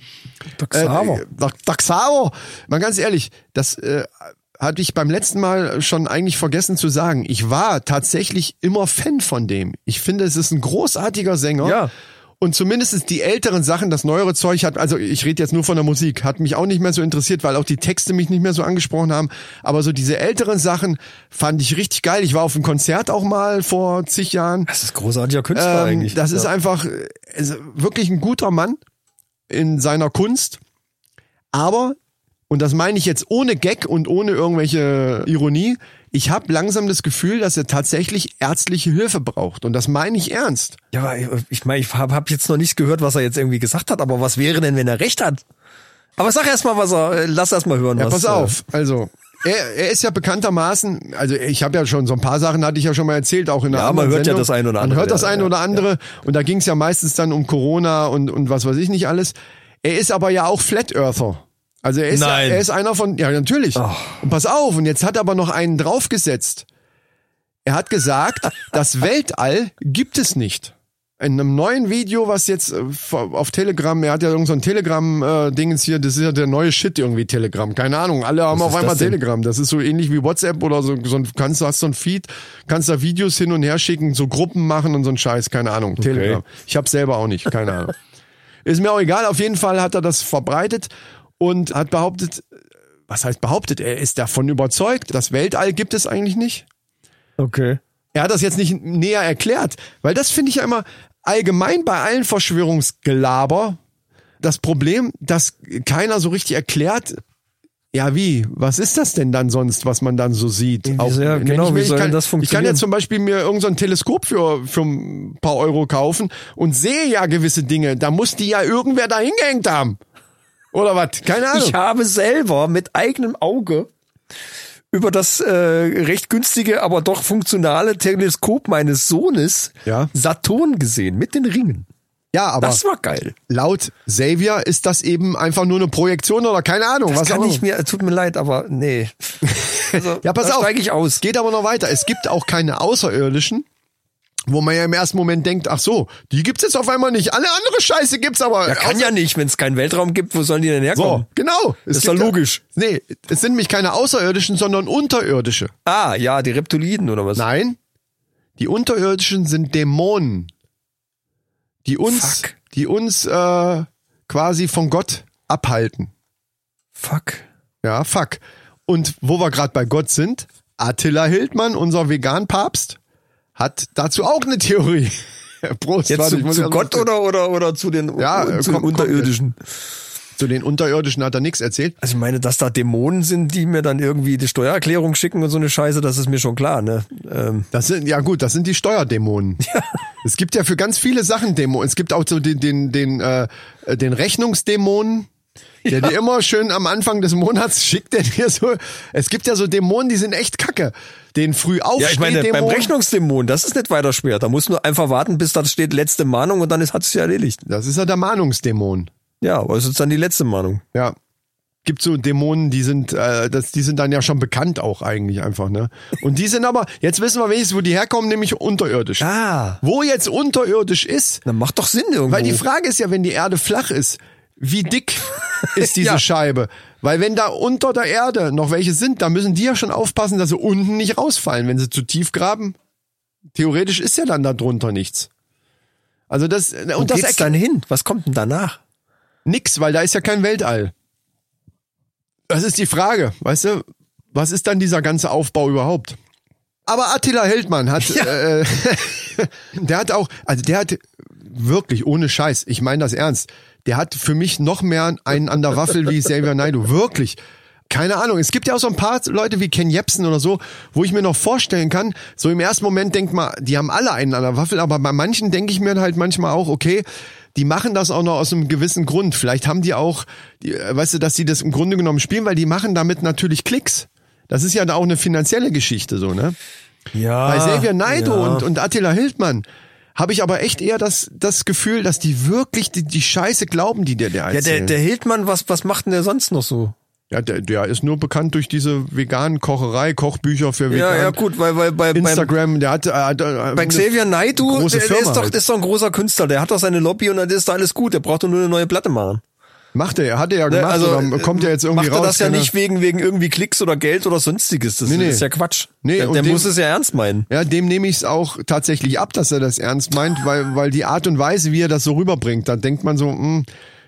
Xaver. Äh, Dax- Daxaro. Mal ganz ehrlich, das äh, hatte ich beim letzten Mal schon eigentlich vergessen zu sagen. Ich war tatsächlich immer Fan von dem. Ich finde, es ist ein großartiger Sänger. Ja. Und zumindest die älteren Sachen, das neuere Zeug hat, also ich rede jetzt nur von der Musik, hat mich auch nicht mehr so interessiert, weil auch die Texte mich nicht mehr so angesprochen haben. Aber so diese älteren Sachen fand ich richtig geil. Ich war auf einem Konzert auch mal vor zig Jahren. Das ist großartiger Künstler Ähm, eigentlich. Das Ja. ist einfach äh, also wirklich ein guter Mann in seiner Kunst. Aber, und das meine ich jetzt ohne Gag und ohne irgendwelche Ironie, ich habe langsam das Gefühl, dass er tatsächlich ärztliche Hilfe braucht. Und das meine ich ernst. Ja, aber ich- ich meine, ich habe hab jetzt noch nicht gehört, was er jetzt irgendwie gesagt hat, aber was wäre denn, wenn er recht hat? Aber sag erst mal, was er, äh, lass erst mal hören, Ja, was pass äh, auf. Also, er, er ist ja bekanntermaßen, also ich habe ja schon so ein paar Sachen, hatte ich ja schon mal erzählt, auch in der Ja, anderen man hört ja Sendung. das eine oder Man andere, hört das ja, eine ja, oder andere. Und da ging es ja meistens dann um Corona und, und was weiß ich nicht alles. Er ist aber ja auch Flat Earther. Also er ist, ja- Nein. er ist einer von, ja natürlich. Und pass auf, und jetzt hat er aber noch einen draufgesetzt. Er hat gesagt, das Weltall gibt es nicht. In einem neuen Video, was jetzt äh, vor- auf Telegram, er hat ja irgend so ein Telegram-Dingens hier, das ist ja der neue Shit irgendwie, Telegram. Keine Ahnung, alle haben auf ist einmal das denn? Telegram. Das ist so ähnlich wie WhatsApp oder so, so ein, kannst, du hast so ein Feed, kannst da Videos hin und her schicken, so Gruppen machen und so ein Scheiß, keine Ahnung, Telegram. Ich hab's selber auch nicht, keine Ahnung. Ist mir auch egal, auf jeden Fall hat er das verbreitet und hat behauptet, äh, was heißt behauptet, er ist davon überzeugt, das Weltall gibt es eigentlich nicht. Okay. Er hat das jetzt nicht näher erklärt, weil das finde ich ja immer allgemein bei allen Verschwörungsgelaber das Problem, dass keiner so richtig erklärt, ja wie, was ist das denn dann sonst, was man dann so sieht? Wie sehr- wenn genau, ich wie ich soll kann, denn das Ich kann ja funktionieren? zum Beispiel mir irgendein so ein Teleskop für, für ein paar Euro kaufen und sehe ja gewisse Dinge, da muss die ja irgendwer da hingehängt haben. Oder was? Keine Ahnung. Ich habe selber mit eigenem Auge über das äh, recht günstige, aber doch funktionale Teleskop meines Sohnes Ja. Saturn gesehen mit den Ringen. ja, aber das war geil. laut Xavier ist das eben einfach nur eine Projektion oder keine Ahnung. Das was kann auch ich immer. mir, äh, tut mir leid, aber nee. Also, Ja, pass da auf. steige ich aus. Es geht aber noch weiter. Es gibt auch keine Außerirdischen, wo man ja im ersten Moment denkt, ach so, die gibt's jetzt auf einmal nicht. Alle andere Scheiße gibt's aber. Ja, kann ja nicht, wenn es keinen Weltraum gibt, wo sollen die denn herkommen? so, genau. Es Ist doch gibt ja- logisch. Nee, es sind nämlich keine Außerirdischen, sondern Unterirdische. Ah, ja, die Reptiliden oder was? Nein, die Unterirdischen sind Dämonen, die uns, Fuck. die uns äh, quasi von Gott abhalten. Fuck. Ja, fuck. Und wo wir gerade bei Gott sind, Attila Hildmann, unser Vegan-Papst, hat dazu auch eine Theorie. Prost, Jetzt warte, ich zu, muss zu erst mal- Gott oder, oder, oder zu den, Ja, und äh, zu komm- den komm, Unterirdischen? Zu den Unterirdischen hat er nichts erzählt. Also ich meine, dass da Dämonen sind, die mir dann irgendwie die Steuererklärung schicken und so eine Scheiße, das ist mir schon klar, ne? Ähm, Das sind, ja gut, das sind die Steuerdämonen. Es gibt ja für ganz viele Sachen Dämonen. Es gibt auch so den, den, den, äh, den Rechnungsdämonen, der dir immer schön am Anfang des Monats schickt, der dir so. Es gibt ja so Dämonen, die sind echt kacke. Den früh ja, aufstehen. ich meine, beim Rechnungsdämon, das ist nicht weiter schwer. Da musst du nur einfach warten, bis da steht letzte Mahnung und dann ist, hat sich erledigt. Das ist ja der Mahnungsdämon. Ja, aber es ist dann die letzte Mahnung. Ja. Gibt so Dämonen, die sind, äh, das, die sind dann ja schon bekannt auch eigentlich einfach, ne? Und die sind aber, jetzt wissen wir wenigstens, wo die herkommen, nämlich unterirdisch. Ah. Wo jetzt unterirdisch ist, Dann macht doch Sinn irgendwo. Weil die Frage ist ja, wenn die Erde flach ist, wie dick ist diese Ja. Scheibe? Weil wenn da unter der Erde noch welche sind, da müssen die ja schon aufpassen, dass sie unten nicht rausfallen, wenn sie zu tief graben. Theoretisch ist ja dann da drunter nichts. Also das und, Wo das geht's erklärt dann hin? Was kommt denn danach? nix, weil da ist ja kein Weltall. Das ist die Frage, weißt du? Was ist dann dieser ganze Aufbau überhaupt? Aber Attila Heldmann hat, äh, der hat auch, also der hat wirklich ohne Scheiß, ich meine das ernst, der hat für mich noch mehr einen an der Waffel wie Xavier Naidoo, wirklich. Keine Ahnung, es gibt ja auch so ein paar Leute wie Ken Jebsen oder so, wo ich mir noch vorstellen kann, so im ersten Moment denkt man, die haben alle einen an der Waffel, aber bei manchen denke ich mir halt manchmal auch, okay, die machen das auch noch aus einem gewissen Grund. Vielleicht haben die auch, die, äh, weißt du, dass die das im Grunde genommen spielen, weil die machen damit natürlich Klicks. Das ist ja da auch eine finanzielle Geschichte so, ne? Ah, Ja. Bei Xavier Naidoo und, und Attila Hildmann habe ich aber echt eher das, das Gefühl, dass die wirklich die, die Scheiße glauben, die der, der Ja, der, erzählt. der Hildmann, was, was macht denn der sonst noch so? Ja, der, der ist nur bekannt durch diese veganen Kocherei, Kochbücher für Ja, vegan. ja, gut, weil, weil bei, beim, Instagram, der hat, äh, hat äh, bei Xavier Naidoo, große der, der Firma ist, doch, halt. ist doch ein großer Künstler, der hat doch seine Lobby und dann ist da alles gut, der braucht doch nur eine neue Platte machen. macht er, ja, hat er ja Ne, gemacht, oder kommt ja jetzt irgendwie macht raus. er das ja keine- nicht wegen, wegen irgendwie Klicks oder Geld oder sonstiges. Das nee. ist ja Quatsch. Nee, der und der dem- muss es ja ernst meinen. Ja, dem nehme ich es auch tatsächlich ab, dass er das ernst meint, weil, weil die Art und Weise, wie er das so rüberbringt, da denkt man so, mh,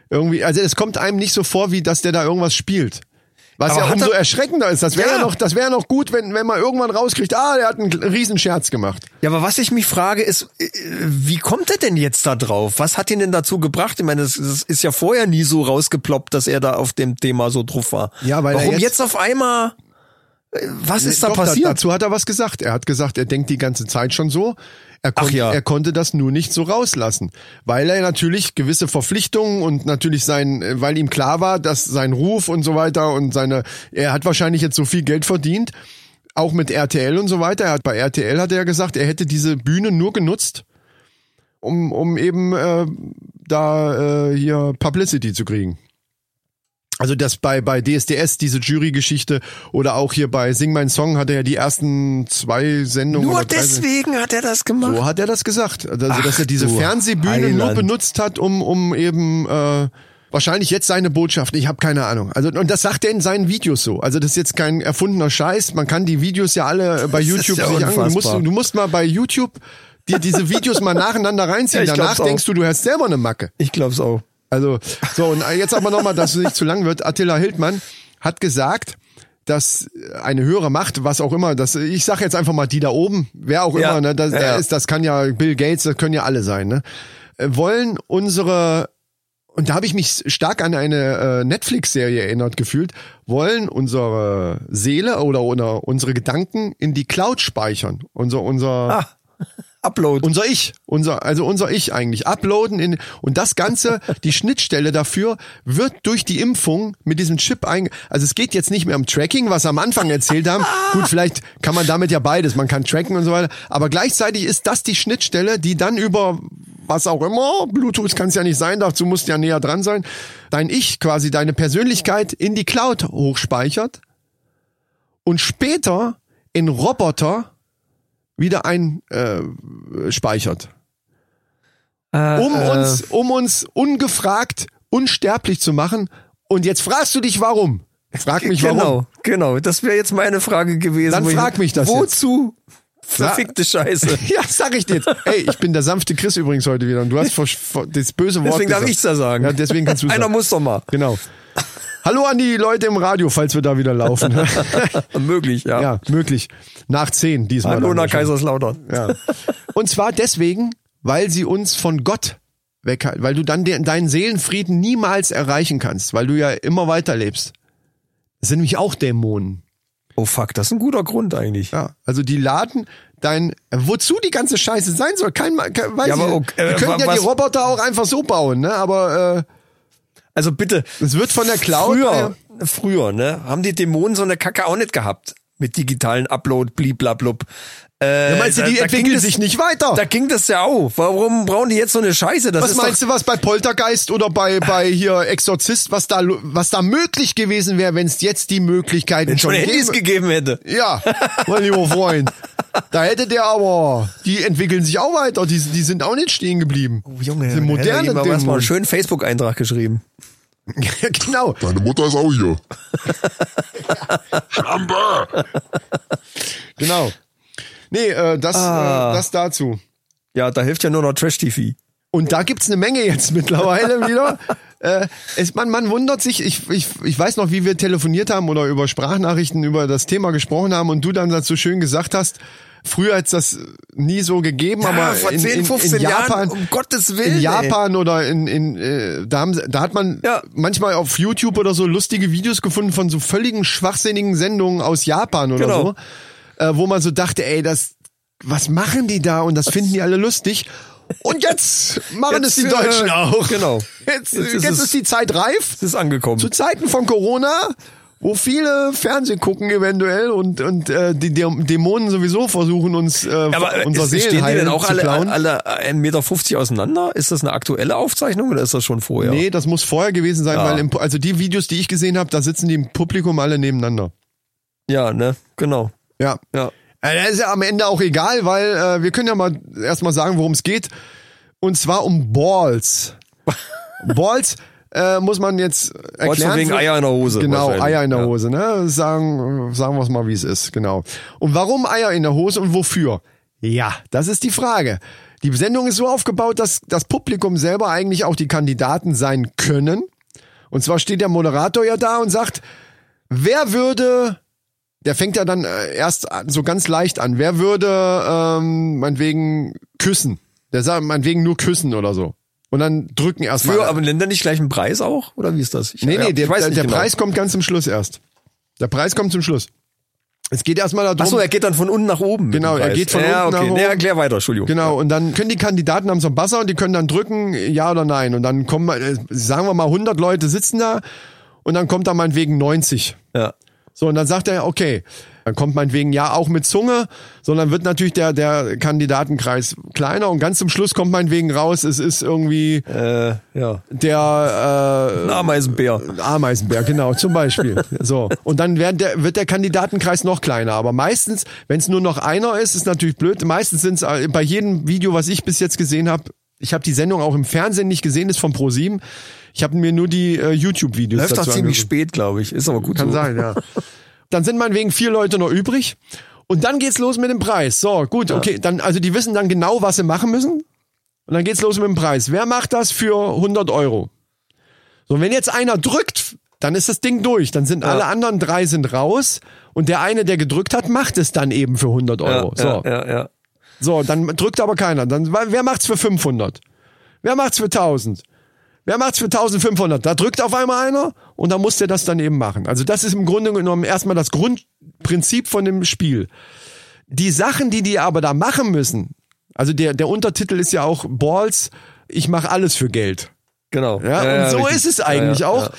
irgendwie, also es kommt einem nicht so vor, wie dass der da irgendwas spielt. Was Aber ja hat umso er- erschreckender ist. Das wäre ja. Ja. noch, das wäre noch gut, wenn, wenn man irgendwann rauskriegt, ah, der hat einen riesen Scherz gemacht. Ja, aber was ich mich frage, ist, äh, wie kommt er denn jetzt da drauf? Was hat ihn denn dazu gebracht? Ich meine, das, das ist ja vorher nie so rausgeploppt, dass er da auf dem Thema so drauf war. Ja, weil er Warum jetzt- jetzt, auf einmal? äh, Was ist da Doch, passiert? Dazu hat er was gesagt. Er hat gesagt, er denkt die ganze Zeit schon so. Er, kon Ach ja. er konnte das nur nicht so rauslassen, weil er natürlich gewisse Verpflichtungen und natürlich sein, äh, weil ihm klar war, dass sein Ruf und so weiter und seine, er hat wahrscheinlich jetzt so viel Geld verdient, auch mit RTL und so weiter. Er hat bei RTL hat er gesagt, er hätte diese Bühne nur genutzt, um um eben äh, da äh, hier Publicity zu kriegen. Also das bei, bei DSDS, diese Jury-Geschichte oder auch hier bei Sing Mein Song hat er ja die ersten zwei Sendungen. Nur oder drei Sendungen- deswegen hat er das gemacht. So hat er das gesagt. Also, dass Ach, er diese du Fernsehbühne nur Heiland. benutzt hat, um, um eben äh, wahrscheinlich jetzt seine Botschaft. Ich habe keine Ahnung. Also und das sagt er in seinen Videos so. Also das ist jetzt kein erfundener Scheiß. Man kann die Videos ja alle äh, bei Das ist YouTube ja sich angucken. Du musst, unfassbar. du musst mal bei YouTube dir diese Videos mal nacheinander reinziehen. Ja, ich Danach glaub's auch. denkst du, du hast selber eine Macke. Ich glaub's auch. Also, so, und jetzt aber nochmal, dass es nicht zu lang wird. Attila Hildmann hat gesagt, dass eine höhere Macht, was auch immer, das, ich sage jetzt einfach mal die da oben, wer auch Ja, immer, ne, das, ja, der ja. Ist, das kann ja Bill Gates, das können ja alle sein, ne? äh, Wollen unsere, und da habe ich mich stark an eine äh, Netflix-Serie erinnert gefühlt, wollen unsere Seele oder, oder unsere Gedanken in die Cloud speichern. Unser, unser, Ah. Upload. Unser Ich, unser, also unser Ich eigentlich. Uploaden in, und das Ganze, die Schnittstelle dafür wird durch die Impfung mit diesem Chip einge, also es geht jetzt nicht mehr um Tracking, was wir am Anfang erzählt haben. Gut, vielleicht kann man damit ja beides, man kann tracken und so weiter. Aber gleichzeitig ist das die Schnittstelle, die dann über was auch immer, Bluetooth kann es ja nicht sein, dazu musst du ja näher dran sein, dein Ich quasi, deine Persönlichkeit in die Cloud hochspeichert und später in Roboter wieder äh, einspeichert. Äh, um, uns, um uns ungefragt unsterblich zu machen. Und jetzt fragst du dich, warum? Frag mich, warum. Genau, genau. Das wäre jetzt meine Frage gewesen. Dann wo ich- frag mich das Wozu? Verfickte Scheiße. Ja, sag ich dir jetzt. Ey, ich bin der sanfte Chris übrigens heute wieder. Und du hast vor, vor, das böse Wort Deswegen darf gesagt. ich's da sagen. Ja, deswegen kannst du Einer sagen. muss doch mal. Genau. Hallo an die Leute im Radio, falls wir da wieder laufen. Möglich, ja. ja, möglich. Nach zehn diesmal. Hallo dann nach wahrscheinlich. Kaiserslautern. Ja. Und zwar deswegen, weil sie uns von Gott weghalten, weil du dann de deinen Seelenfrieden niemals erreichen kannst, weil du ja immer weiterlebst. Das sind nämlich auch Dämonen. Oh fuck, das ist ein guter Grund eigentlich. Ja, also die laden dein, wozu die ganze Scheiße sein soll, kein, kein weiß Ja, ich aber nicht. okay, Die äh, können ja was- die Roboter auch einfach so bauen, ne? Aber Also bitte. Es wird von der Cloud- äh, Früher, früher, ne? Haben die Dämonen so eine Kacke auch nicht gehabt. Mit digitalen Upload, bliblablub. Äh, äh, meinst du, die da- da ging entwickeln das- sich nicht weiter? Da ging das ja auch. Warum brauchen die jetzt so eine Scheiße? Das was ist meinst doch, du, was bei Poltergeist oder bei, bei hier Exorzist, was da, lo- was da möglich gewesen wäre, wenn es jetzt die Möglichkeiten schon schon Handys gäbe? gegeben hätte? Ja, mein lieber Freund. Da hätte der aber, die entwickeln sich auch weiter, die, die sind auch nicht stehen geblieben. sind moderne hätte jemand mal Dämonen. einen schönen Facebook-Eintrag geschrieben. Ja, genau. Deine Mutter ist auch hier. Schlampe! Genau. Nee, äh, das, äh, das dazu. Ja, da hilft ja nur noch Trash-TV. Und da gibt's eine Menge jetzt mittlerweile wieder. Äh, es, man, man wundert sich, ich, ich, ich weiß noch, wie wir telefoniert haben oder über Sprachnachrichten über das Thema gesprochen haben und du dann dazu schön gesagt hast, früher hat's das nie so gegeben, aber Ah, vor in, 10, in, 15 in Japan, Jahren, um Gottes Willen. in ey. Japan oder in, in äh, da, haben, sie- da hat man Ja. manchmal auf YouTube oder so lustige Videos gefunden von so völligen schwachsinnigen Sendungen aus Japan oder Genau. so, äh, wo man so dachte, ey, das, was machen die da und das finden die alle lustig. Und jetzt machen es die äh, Deutschen auch. Genau. Jetzt, jetzt, ist, die Zeit reif. es ist angekommen. Zu Zeiten von Corona, wo viele Fernsehen gucken eventuell und, und äh, die Dä- Dämonen sowieso versuchen uns äh, Aber unser ist, stehen die Seelenheil denn auch zu alle, klauen. alle 1,50 Meter auseinander? Ist das eine aktuelle Aufzeichnung oder ist das schon vorher? Nee, das muss vorher gewesen sein, Ja. weil im, Pu- also die Videos, die ich gesehen habe, da sitzen die im Publikum alle nebeneinander. Ja, ne? Genau. Ja. Ja. Äh, Das ist ja am Ende auch egal, weil äh, wir können ja mal erstmal sagen, worum es geht. Und zwar um Balls. Balls äh, muss man jetzt erklären. Balls von wegen Eier in der Hose Genau, wahrscheinlich. Eier in der Ja. Hose. Ne? Sagen, sagen wir es mal, wie es ist. Genau. Und warum Eier in der Hose und wofür? Ja, das ist die Frage. Die Sendung ist so aufgebaut, dass das Publikum selber eigentlich auch die Kandidaten sein können. Und zwar steht der Moderator ja da und sagt, wer würde, der fängt ja dann äh, erst an- so ganz leicht an, wer würde ähm, meinetwegen küssen? Der sagt meinetwegen nur küssen oder so. Und dann drücken erstmal. Für, aber nennt er nicht gleich einen Preis auch? Oder wie ist das? Ich, Nee, ja, nee, der, ich weiß der, nicht der genau. Preis kommt ganz zum Schluss erst. Der Preis kommt zum Schluss. Es geht erstmal darum. Ach so, er geht dann von unten nach oben. mit Genau, dem er Preis. geht von ja, unten okay. nach Nee, oben. erklär weiter, Entschuldigung. Genau, und dann können die Kandidaten haben so einen Buzzer und die können dann drücken, ja oder nein. Und dann kommen, äh, sagen wir mal, 100 Leute sitzen da und dann kommt da meinetwegen 90. Ja. So, und dann sagt er, okay, dann kommt meinetwegen ja auch mit Zunge, sondern wird natürlich der, der Kandidatenkreis kleiner und ganz zum Schluss kommt meinetwegen raus, es ist irgendwie Äh, ja. der Ein Ameisenbär. äh, Ameisenberg, genau, zum Beispiel. So. Und dann werden der, wird der Kandidatenkreis noch kleiner. Aber meistens, wenn es nur noch einer ist, ist natürlich blöd. Meistens sind es bei jedem Video, was ich bis jetzt gesehen habe, ich habe die Sendung auch im Fernsehen nicht gesehen, ist von Pro7. Ich habe mir nur die äh, YouTube-Videos Läuft dazu doch ziemlich angeguckt. spät, glaube ich. Ist aber gut Kann so. sein, ja. Dann sind meinetwegen vier Leute noch übrig. Und dann geht's los mit dem Preis. So, gut, okay. Dann, also die wissen dann genau, was sie machen müssen. Und dann geht's los mit dem Preis. Wer macht das für 100 Euro? So, und wenn jetzt einer drückt, dann ist das Ding durch. Dann sind alle anderen drei sind raus. Und der eine, der gedrückt hat, macht es dann eben für 100 Ja, Euro. so. ja, ja, ja. So, dann drückt aber keiner. Dann, wer macht's für 500? Wer macht's für 1000? Wer macht's für 1500? Da drückt auf einmal einer und dann muss der das dann eben machen. Also das ist im Grunde genommen erstmal das Grundprinzip von dem Spiel. Die Sachen, die die aber da machen müssen, Also der, der Untertitel ist ja auch Balls, ich mache alles für Geld. Genau. Ja, und so richtig. ist es eigentlich Ja, ja, auch. ja.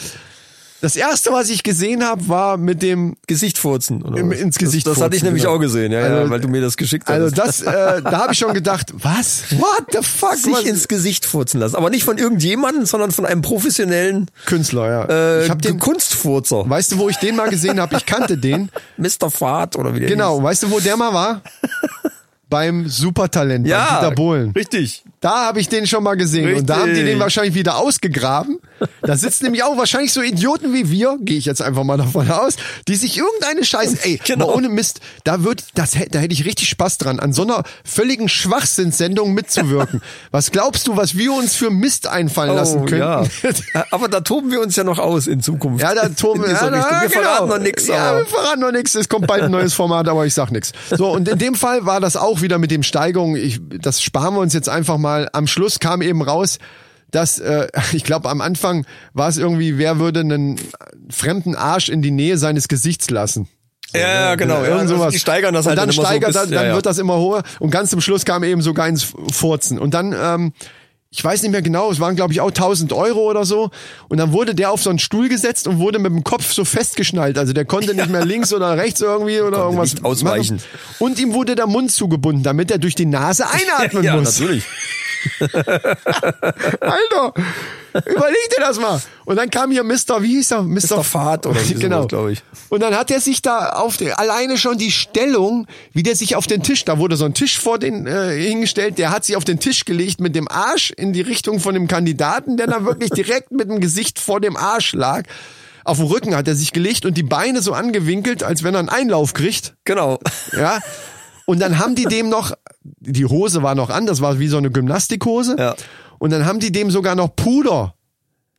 Das erste, was ich gesehen habe, war mit dem Gesicht furzen. Oder Im- was? ins Gesicht Das, das hatte ich furzen, nämlich genau. auch gesehen, ja, ja, Also- weil du mir das geschickt hast. also das, äh, da habe ich schon gedacht, was? What the fuck? sich was? ins Gesicht furzen lassen. Aber nicht von irgendjemandem, sondern von einem professionellen Künstler, ja. äh, ich hab den, Kunstfurzer. weißt du, wo ich den mal gesehen habe? Ich kannte den. Mr. Fahrt oder wie der Genau, hieß. weißt du, wo der mal war? Beim Supertalent, bei Ja, Dieter Bohlen. richtig. Da habe ich den schon mal gesehen. Und da haben die den wahrscheinlich wieder ausgegraben. Da sitzen nämlich auch wahrscheinlich so Idioten wie wir, gehe ich jetzt einfach mal davon aus, die sich irgendeine Scheiße. Ey, Genau. mal ohne Mist, da wird, das, hä- da hätte ich richtig Spaß dran, an so einer völligen Schwachsinnssendung mitzuwirken. was glaubst du, was wir uns für Mist einfallen lassen Oh, könnten? ja. aber da toben wir uns ja noch aus in Zukunft. Ja, da Tom, ja, in dieser da, Richtung. Wir genau. verraten noch nichts. Ja, wir aber verraten noch nichts. Es kommt bald ein neues Format, aber ich sag nichts. So, und in dem Fall war das auch wieder mit dem Steigerung. Ich, das sparen wir uns jetzt einfach mal. Am Schluss kam eben raus, dass, äh, ich glaube, am Anfang war es irgendwie, wer würde einen fremden Arsch in die Nähe seines Gesichts lassen? ja, ja, genau. Ja, Irgend sowas. Die steigern das halt und dann, immer steigert, so bis, dann, dann ja, ja. wird das immer hoher. Und ganz zum Schluss kam eben sogar ins Furzen. Und dann, ähm, ich weiß nicht mehr genau, es waren glaube ich auch 1000 Euro oder so. Und dann wurde der auf so einen Stuhl gesetzt und wurde mit dem Kopf so festgeschnallt. Also der konnte nicht mehr links oder rechts irgendwie oder irgendwas nicht ausweichen. machen. Und ihm wurde der Mund zugebunden, damit er durch die Nase einatmen ja, muss. natürlich. Alter, überleg dir das mal. Und dann kam hier Mr. Wie hieß er? Mr. Mr. Fahrt oder irgendwie genau, sowas, glaub ich. Und dann hat er sich da auf den, alleine schon die Stellung, wie der sich auf den Tisch, da wurde so ein Tisch vor den äh, hingestellt, der hat sich auf den Tisch gelegt mit dem Arsch in die Richtung von dem Kandidaten, der da wirklich direkt mit dem Gesicht vor dem Arsch lag. Auf dem Rücken hat er sich gelegt und die Beine so angewinkelt, als wenn er einen Einlauf kriegt. Genau. Ja. Und dann haben die dem noch, die Hose war noch an, das war wie so eine Gymnastikhose. Ja. Und dann haben die dem sogar noch Puder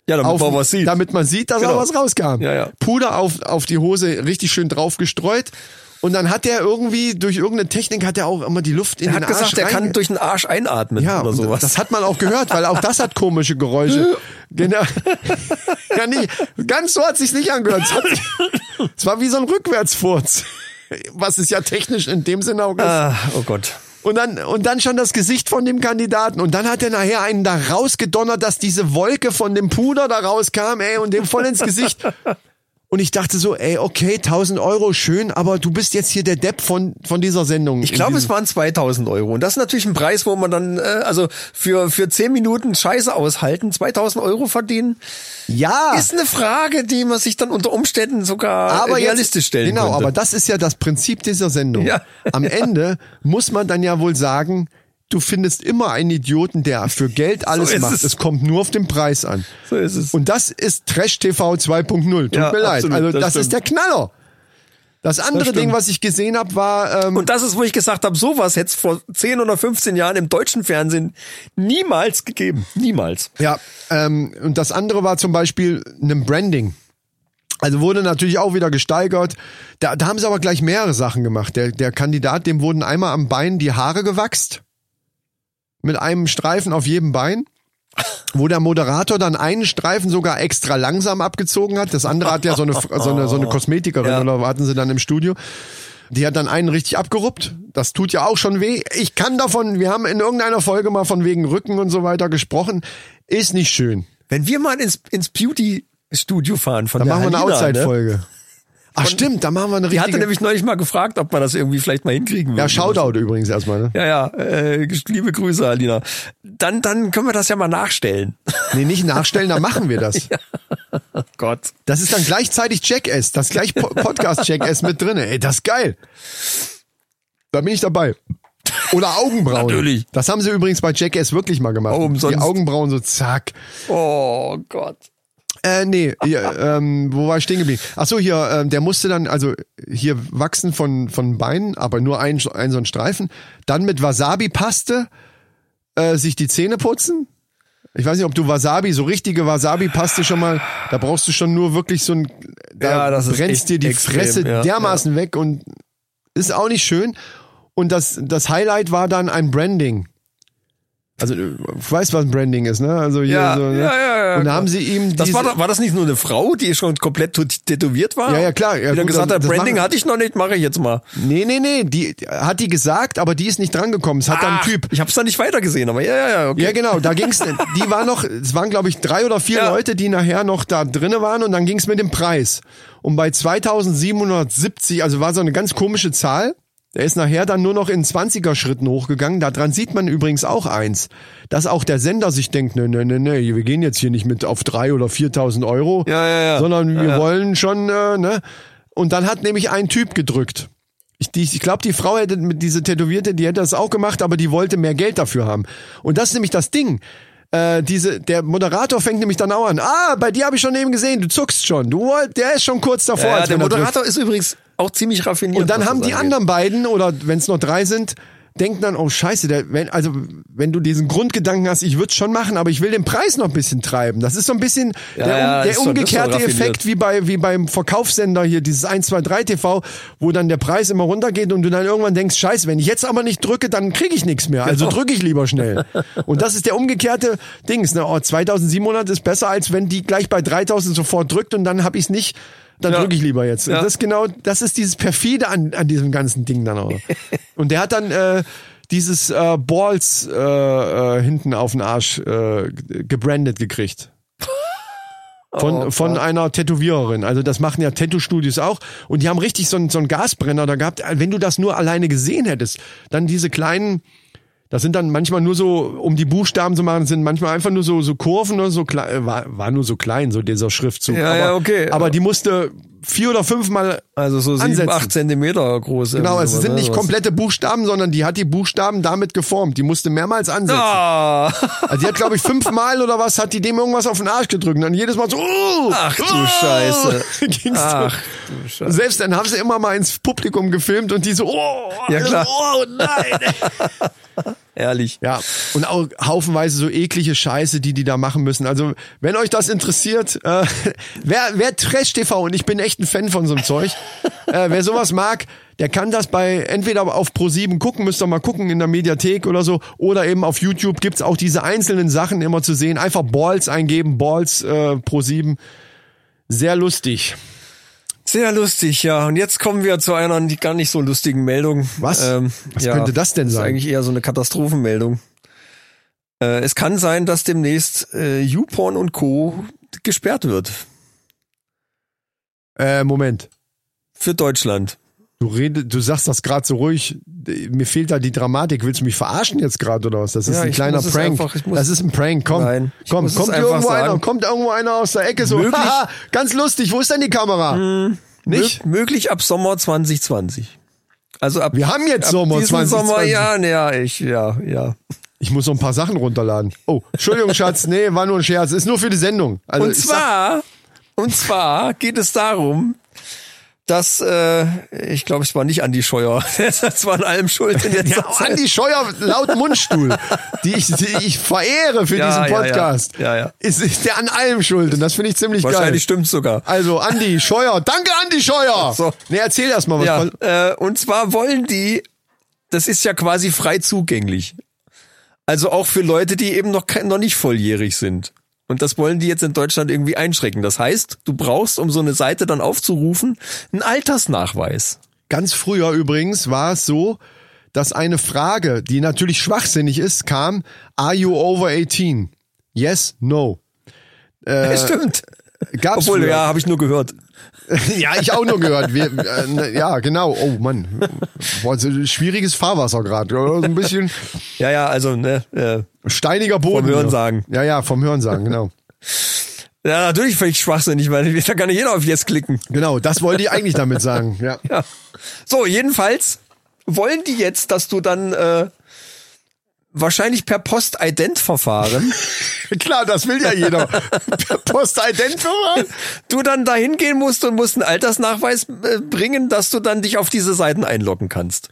Ja, damit auf, man was sieht. damit man sieht, dass Genau. da was rauskam. Ja, ja. Puder auf, auf die Hose richtig schön drauf gestreut. Und dann hat der irgendwie, durch irgendeine Technik hat er auch immer die Luft in er den hat gesagt, Arsch er kann reinge- durch den Arsch einatmen ja, oder und sowas. Das hat man auch gehört, weil auch das hat komische Geräusche. genau. Ja, nicht, ganz so hat sich's nicht angehört. Es, hat, es war wie so ein Rückwärtsfurz. Was es ja technisch in dem Sinne auch ist. ah, oh Gott. Und dann, und dann schon das Gesicht von dem Kandidaten. Und dann hat er nachher einen da rausgedonnert, dass diese Wolke von dem Puder da rauskam, ey, und dem voll ins Gesicht. Und ich dachte so, ey, okay, 1000 Euro, schön, aber du bist jetzt hier der Depp von, von dieser Sendung. Ich glaube, es waren 2000 Euro. Und das ist natürlich ein Preis, wo man dann, äh, also für, für 10 Minuten Scheiße aushalten, 2000 Euro verdienen, ja. ist eine Frage, die man sich dann unter Umständen sogar äh, aber realistisch jetzt, stellen Genau, könnte. aber das ist ja das Prinzip dieser Sendung. Ja. Am Ende muss man dann ja wohl sagen, du findest immer einen Idioten, der für Geld alles ist macht. es. Es. kommt nur auf den Preis an. So ist es. Und das ist Trash TV 2.0. Tut Ja, mir leid. absolut, also das das, stimmt. ist der Knaller. Das andere stimmt. Ding, was ich gesehen habe, war ähm, Und das ist, wo ich gesagt habe, sowas hätte es vor 10 oder 15 Jahren im deutschen Fernsehen niemals gegeben. Niemals. ja ähm, und das andere war zum Beispiel einem Branding. Also wurde natürlich auch wieder gesteigert. Da, da haben sie aber gleich mehrere Sachen gemacht. Der, der Kandidat, dem wurden einmal am Bein die Haare gewachst. Mit einem Streifen auf jedem Bein. Wo der Moderator dann einen Streifen sogar extra langsam abgezogen hat. Das andere hat ja so eine, so eine, so eine Kosmetikerin Oh. Ja. oder hatten sie dann im Studio. Die hat dann einen richtig abgeruppt. Das tut ja auch schon weh. Ich kann davon, wir haben in irgendeiner Folge mal von wegen Rücken und so weiter gesprochen. Ist nicht schön. Wenn wir mal ins, ins Beauty-Studio fahren von Da der machen wir eine Halina, ne? Outside-Folge. Ach stimmt, da machen wir eine Die hatte richtige... nämlich neulich mal gefragt, ob man das irgendwie vielleicht mal hinkriegen Ja, würde. Shoutout übrigens erstmal, ne? Ja, ja, äh, liebe Grüße, Alina. Dann, dann können wir das ja mal nachstellen. Nee, nicht nachstellen, da machen wir das. Gott. Das ist dann gleichzeitig Jackass, das gleich po Podcast Jackass mit drin. Ey, das ist geil. Da bin ich dabei. Oder Augenbrauen. Natürlich. Das haben sie übrigens bei Jackass wirklich mal gemacht. Oh, umsonst. Die Augenbrauen so zack. Oh Gott. Äh, nee, hier, ähm, wo war ich stehen geblieben? Ach so, hier, ähm, der musste dann, also hier wachsen von, von Beinen, aber nur ein, ein so ein Streifen. Dann mit Wasabi-Paste äh, sich die Zähne putzen. Ich weiß nicht, ob du Wasabi, so richtige Wasabi-Paste schon mal, da brauchst du schon nur wirklich so ein, da Ja, das ist echt brennst dir die extrem, Fresse ja, dermaßen weg und ist auch nicht schön. Und das, das Highlight war dann ein Branding. Also, du weißt, was ein Branding ist, ne? Also hier Ja, so, ne? ja, ja, ja, Und da klar. haben sie ihm Das diese, war, doch- war das nicht nur eine Frau, die schon komplett tät- tätowiert war? Ja, ja, klar. Ja, die dann gut, gesagt das- hat, das Branding machen- hatte ich noch nicht, mache ich jetzt mal. Nee, nee, nee, die hat die gesagt, aber die ist nicht drangekommen. Es hat dann ein Ach, Typ Ich hab's dann nicht weitergesehen, aber ja, ja, ja. Okay. Ja, genau, da ging's. Die waren noch, es waren, glaube ich, drei oder vier Ja. Leute, die nachher noch da drinne waren und dann ging's mit dem Preis. Und bei 2770, also war so eine ganz komische Zahl, der ist nachher dann nur noch in 20er-Schritten hochgegangen. Daran sieht man übrigens auch eins, dass auch der Sender sich denkt, ne, ne, ne, ne, wir gehen jetzt hier nicht mit auf drei oder 4.000 Euro, Ja, ja, ja. sondern wir wollen schon, äh, ne. Und dann hat nämlich ein Typ gedrückt. Ich, die- ich glaube, die Frau hätte mit diese Tätowierte, die hätte das auch gemacht, aber die wollte mehr Geld dafür haben. Und das ist nämlich das Ding. Äh, diese, der Moderator fängt nämlich dann auch an. Ah, bei dir habe ich schon eben gesehen, du zuckst schon. Du, wollt- der ist schon kurz davor. ja, als der wenn er trifft. Moderator ist übrigens auch ziemlich raffiniert. Und dann was haben das die angeht. anderen beiden, oder wenn es noch drei sind, denken dann, oh scheiße, der, wenn, also wenn du diesen Grundgedanken hast, ich würde schon machen, aber ich will den Preis noch ein bisschen treiben. Das ist so ein bisschen der, Ja, um, ja, der ist schon- ist schon umgekehrte raffiniert. Effekt wie, bei, wie beim Verkaufssender hier, dieses 123 TV, wo dann der Preis immer runtergeht und du dann irgendwann denkst, scheiße, wenn ich jetzt aber nicht drücke, dann kriege ich nichts mehr. Genau. Also drücke ich lieber schnell. und das ist der umgekehrte Dings. Ne? Oh, 2700 ist besser, als wenn die gleich bei 3000 sofort drückt und dann habe ich es nicht. Dann Ja. drücke ich lieber jetzt. Ja. Das ist genau, das ist dieses perfide an, an diesem ganzen Ding dann auch. Und der hat dann äh, dieses äh, Balls äh, äh, hinten auf den Arsch äh, g- gebrandet gekriegt. Oh Von, von einer Tätowiererin. Also das machen ja Tattoo-Studios auch. Und die haben richtig so einen, so einen Gasbrenner da gehabt. Wenn du das nur alleine gesehen hättest, dann diese kleinen, das sind dann manchmal nur so, um die Buchstaben zu machen, sind manchmal einfach nur so, so Kurven oder so klein, äh, war, war nur so klein, so dieser Schriftzug. Ja, aber, ja, okay. Aber die musste vier oder fünfmal Also so sieben, ansetzen. acht Zentimeter groß. Genau, irgendwie es sowas, sind ne, nicht sowas. komplette Buchstaben, sondern die hat die Buchstaben damit geformt. Die musste mehrmals ansetzen. Ah, Also die hat, glaube ich, fünfmal oder was, hat die dem irgendwas auf den Arsch gedrückt. Und dann jedes Mal so, uh, Ach du uh, Scheiße. Ging's Ach du so. Scheiße. Selbst dann haben sie immer mal ins Publikum gefilmt und die so, oh, Ja, klar. oh nein. Ehrlich. ja, und auch haufenweise so eklige Scheiße, die die da machen müssen. Also, wenn euch das interessiert, äh, wer, wer Trash TV und ich bin echt ein Fan von so einem Zeug, äh, wer sowas mag, der kann das bei entweder auf Pro7 gucken, müsst ihr mal gucken in der Mediathek oder so, oder eben auf YouTube gibt's auch diese einzelnen Sachen immer zu sehen. Einfach Balls eingeben, Balls äh, Pro7. Sehr lustig. Sehr lustig, ja. Und jetzt kommen wir zu einer gar nicht so lustigen Meldung. Ähm, Was? Was könnte das denn sein? Ist eigentlich eher so eine Katastrophenmeldung. Äh, es kann sein, dass demnächst äh, YouPorn und Co. gesperrt wird Äh, Moment. für Deutschland. Du redest, du sagst das gerade so ruhig. Mir fehlt da die Dramatik. Willst du mich verarschen jetzt gerade oder was? Das ist Ja, ein ich kleiner muss es Prank. einfach- ich muss- das ist ein Prank. Komm, Nein, ich komm, muss es kommt einfach irgendwo einer, sagen. kommt irgendwo einer aus der Ecke so. Möglich- Hm, Haha, ganz lustig. Wo ist denn die Kamera? Nicht? Mö- möglich ab Sommer 2020. Also ab Wir haben jetzt ab Sommer diesem 2020. Sommer, ja, ne, ja, ich, ja, ja. Ich muss noch ein paar Sachen runterladen. Oh, Entschuldigung, Schatz. Nee, war nur ein Scherz. Ist nur für die Sendung. Also Und ich sag- zwar, und zwar geht es darum, dass äh, ich glaube, es war nicht Andi Scheuer, das war an allem schuld in der ja, Zeit. Andi Scheuer laut Mundstuhl, die ich, die ich verehre für Ja, diesen ja, ja. Podcast, Ja, ja. Ist, ist der an allem schuld und das finde ich ziemlich geil. Wahrscheinlich stimmt's sogar. Also, Andi Scheuer. Danke, Andi Scheuer. Ach so. Nee, erzähl erst mal was. Ja, Ja. äh, und zwar wollen die, das ist ja quasi frei zugänglich. Also auch für Leute, die eben noch, kein- noch nicht volljährig sind. Und das wollen die jetzt in Deutschland irgendwie einschränken. Das heißt, du brauchst, um so eine Seite dann aufzurufen, einen Altersnachweis. Ganz früher übrigens war es so, dass eine Frage, die natürlich schwachsinnig ist, kam, are you over 18? Yes, no. Stimmt. Gab's Obwohl, Äh, früher. ja, habe ich nur gehört. ja, ich auch nur gehört. Wir, äh, ne, ja, genau. Oh Mann. Boah, so schwieriges Fahrwasser gerade. oder? So ein bisschen Ja, ja, also, ne, äh, steiniger Boden. Vom Hörensagen. Ja, ja, vom Hörensagen, genau. ja, natürlich völlig schwachsinnig, weil da kann nicht jeder auf jetzt klicken. Genau, das wollte ich eigentlich damit sagen. Ja. Ja. So, jedenfalls wollen die jetzt, dass du dann äh, wahrscheinlich per Post-Ident-Verfahren Klar, das will ja jeder. Per Postident du dann dahin gehen musst und musst einen Altersnachweis äh, bringen, dass du dann dich auf diese Seiten einloggen kannst.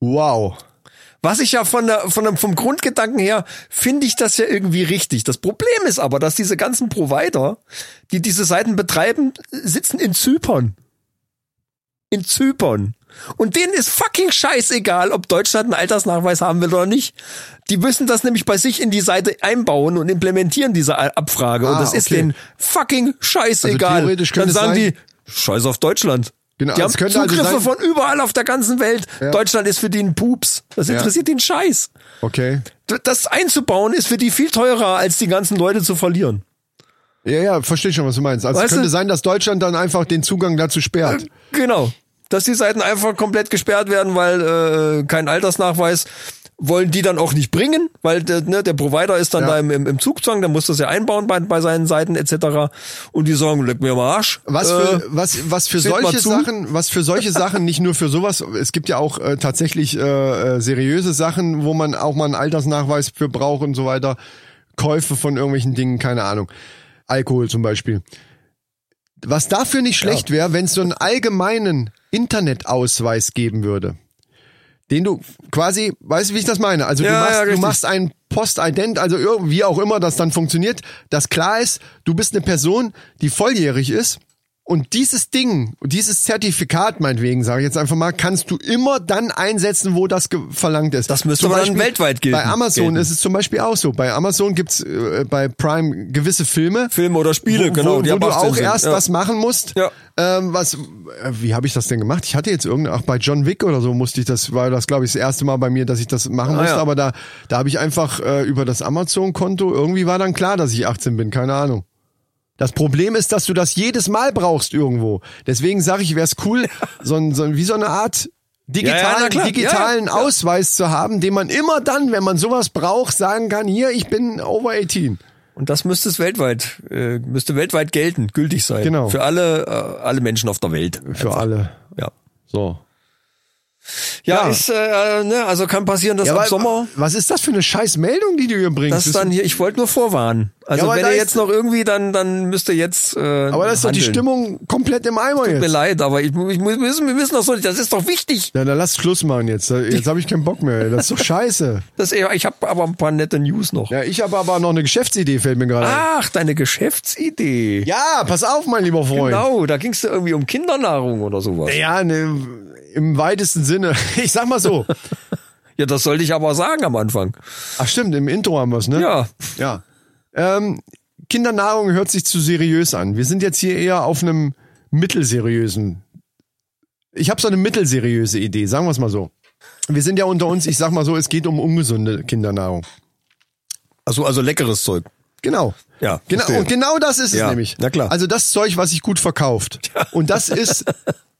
Wow. Was ich ja von der, von dem, vom Grundgedanken her finde ich das ja irgendwie richtig. Das Problem ist aber, dass diese ganzen Provider, die diese Seiten betreiben, sitzen in Zypern. In Zypern. Und denen ist fucking scheißegal, ob Deutschland einen Altersnachweis haben will oder nicht. Die müssen das nämlich bei sich in die Seite einbauen und implementieren diese A- Abfrage. und Ah, das ist okay. denen fucking scheißegal. Also theoretisch Dann könnte es sagen sein- die, scheiß auf Deutschland. Genau, die es haben könnte also Zugriffe sein- von überall auf der ganzen Welt. Deutschland ist für die ein Pups. Das interessiert den Scheiß. Okay. D- Das einzubauen ist für die viel teurer, als die ganzen Leute zu verlieren. Ja, ja, verstehe schon, was du meinst. Also es Weißt du- könnte sein, dass Deutschland dann einfach den Zugang dazu sperrt. Genau. Dass die Seiten einfach komplett gesperrt werden, weil äh, kein Altersnachweis wollen die dann auch nicht bringen, weil der, ne, der Provider ist dann Ja. da im, im, im Zugzwang, der muss das ja einbauen bei, bei seinen Seiten etc. Und die sagen, leck mir am Arsch. Was äh, für, was, was für seht mal solche zu. Sachen, was für solche Sachen, nicht nur für sowas, es gibt ja auch äh, tatsächlich äh, äh, seriöse Sachen, wo man auch mal einen Altersnachweis für braucht und so weiter. Käufe von irgendwelchen Dingen, keine Ahnung. Alkohol zum Beispiel. Was dafür nicht schlecht wäre, wenn es so einen allgemeinen Internetausweis geben würde. Den du quasi, weißt du, wie ich das meine? Also Ja, du, machst, ja, du richtig. machst einen Postident, also irgendwie auch immer das dann funktioniert, dass klar ist, du bist eine Person, die volljährig ist und dieses Ding, dieses Zertifikat meinetwegen, sage ich jetzt einfach mal, kannst du immer dann einsetzen, wo das ge- verlangt ist. Das müsste Zum aber dann weltweit gelten. Bei Amazon Gelten. ist es zum Beispiel auch so. Bei Amazon gibt's äh, bei Prime gewisse Filme, Filme oder Spiele, wo, genau, wo, die wo ab du 18 auch sind, erst ja. was machen musst. Ja. Ähm, was, äh, wie habe ich das denn gemacht? Ich hatte jetzt irgendein, auch bei John Wick oder so musste ich das, war das glaube ich das erste Mal bei mir, dass ich das machen Ah, musste, ja. aber da, da habe ich einfach äh, über das Amazon-Konto, irgendwie war dann klar, dass ich 18 bin, keine Ahnung. Das Problem ist, dass du das jedes Mal brauchst irgendwo. Deswegen sage ich, wäre es cool, so, ein, so ein, wie so eine Art Ja, ja, na digitalen, klar. digitalen Ja, ja. Ausweis zu haben, den man immer dann, wenn man sowas braucht, sagen kann, hier, ich bin over 18. Und das müsste es weltweit, äh, müsste weltweit gelten, gültig sein. Genau. Für alle, äh, alle Menschen auf der Welt. Für alle. Ja. So. Ja, Ja. Ist, äh, ne, also kann passieren, dass Ja, ab aber Sommer. was ist das für eine scheiß Meldung, die du hier bringst? Das ist dann hier, ich wollte nur vorwarnen. Ja, Also aber wenn da ihr ist- jetzt noch irgendwie, dann, dann müsst ihr jetzt. Äh, aber das ist doch die handeln. Stimmung komplett im Eimer Tut mir jetzt. leid, aber ich, mu- ich, mu- wir müssen, wir müssen doch so, das ist doch wichtig. Ja, dann lass Schluss machen jetzt. Jetzt habe ich keinen Bock mehr. ey. Das ist doch scheiße. Das, ich habe aber ein paar nette News noch. Ja, ich habe aber noch eine Geschäftsidee, fällt mir gerade ein. Ach, deine Geschäftsidee. Ja, pass auf, mein lieber Freund. Genau, da ging es ja irgendwie um Kindernahrung oder sowas. Ja, ne, im weitesten Sinne. Ich sag mal so. Ja, das sollte ich aber sagen am Anfang. Ach stimmt, im Intro haben wir's, ne? Ja, Ja. Ähm, Kindernahrung hört sich zu seriös an. Wir sind jetzt hier eher auf einem mittelseriösen. Ich habe so eine mittelseriöse Idee, sagen wir es mal so. Wir sind ja unter uns, ich sag mal so, es geht um ungesunde Kindernahrung. also, also leckeres Zeug. Genau. Ja, Genau, verstehe. und genau das ist Ja, es nämlich. na klar. Also das Zeug, was sich gut verkauft. Und das ist,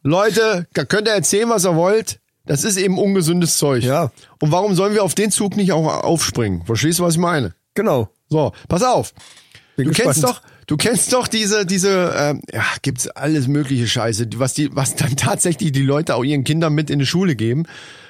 Leute, da könnt ihr erzählen, was ihr wollt. Das ist eben ungesundes Zeug. Ja. Und warum sollen wir auf den Zug nicht auch aufspringen? Verstehst du, was ich meine? Genau. So, pass auf. Bin du kennst gespannt. doch, du kennst doch diese, diese, ähm, ja, gibt's alles mögliche Scheiße, die- was die, was dann tatsächlich die Leute auch ihren Kindern mit in die Schule geben.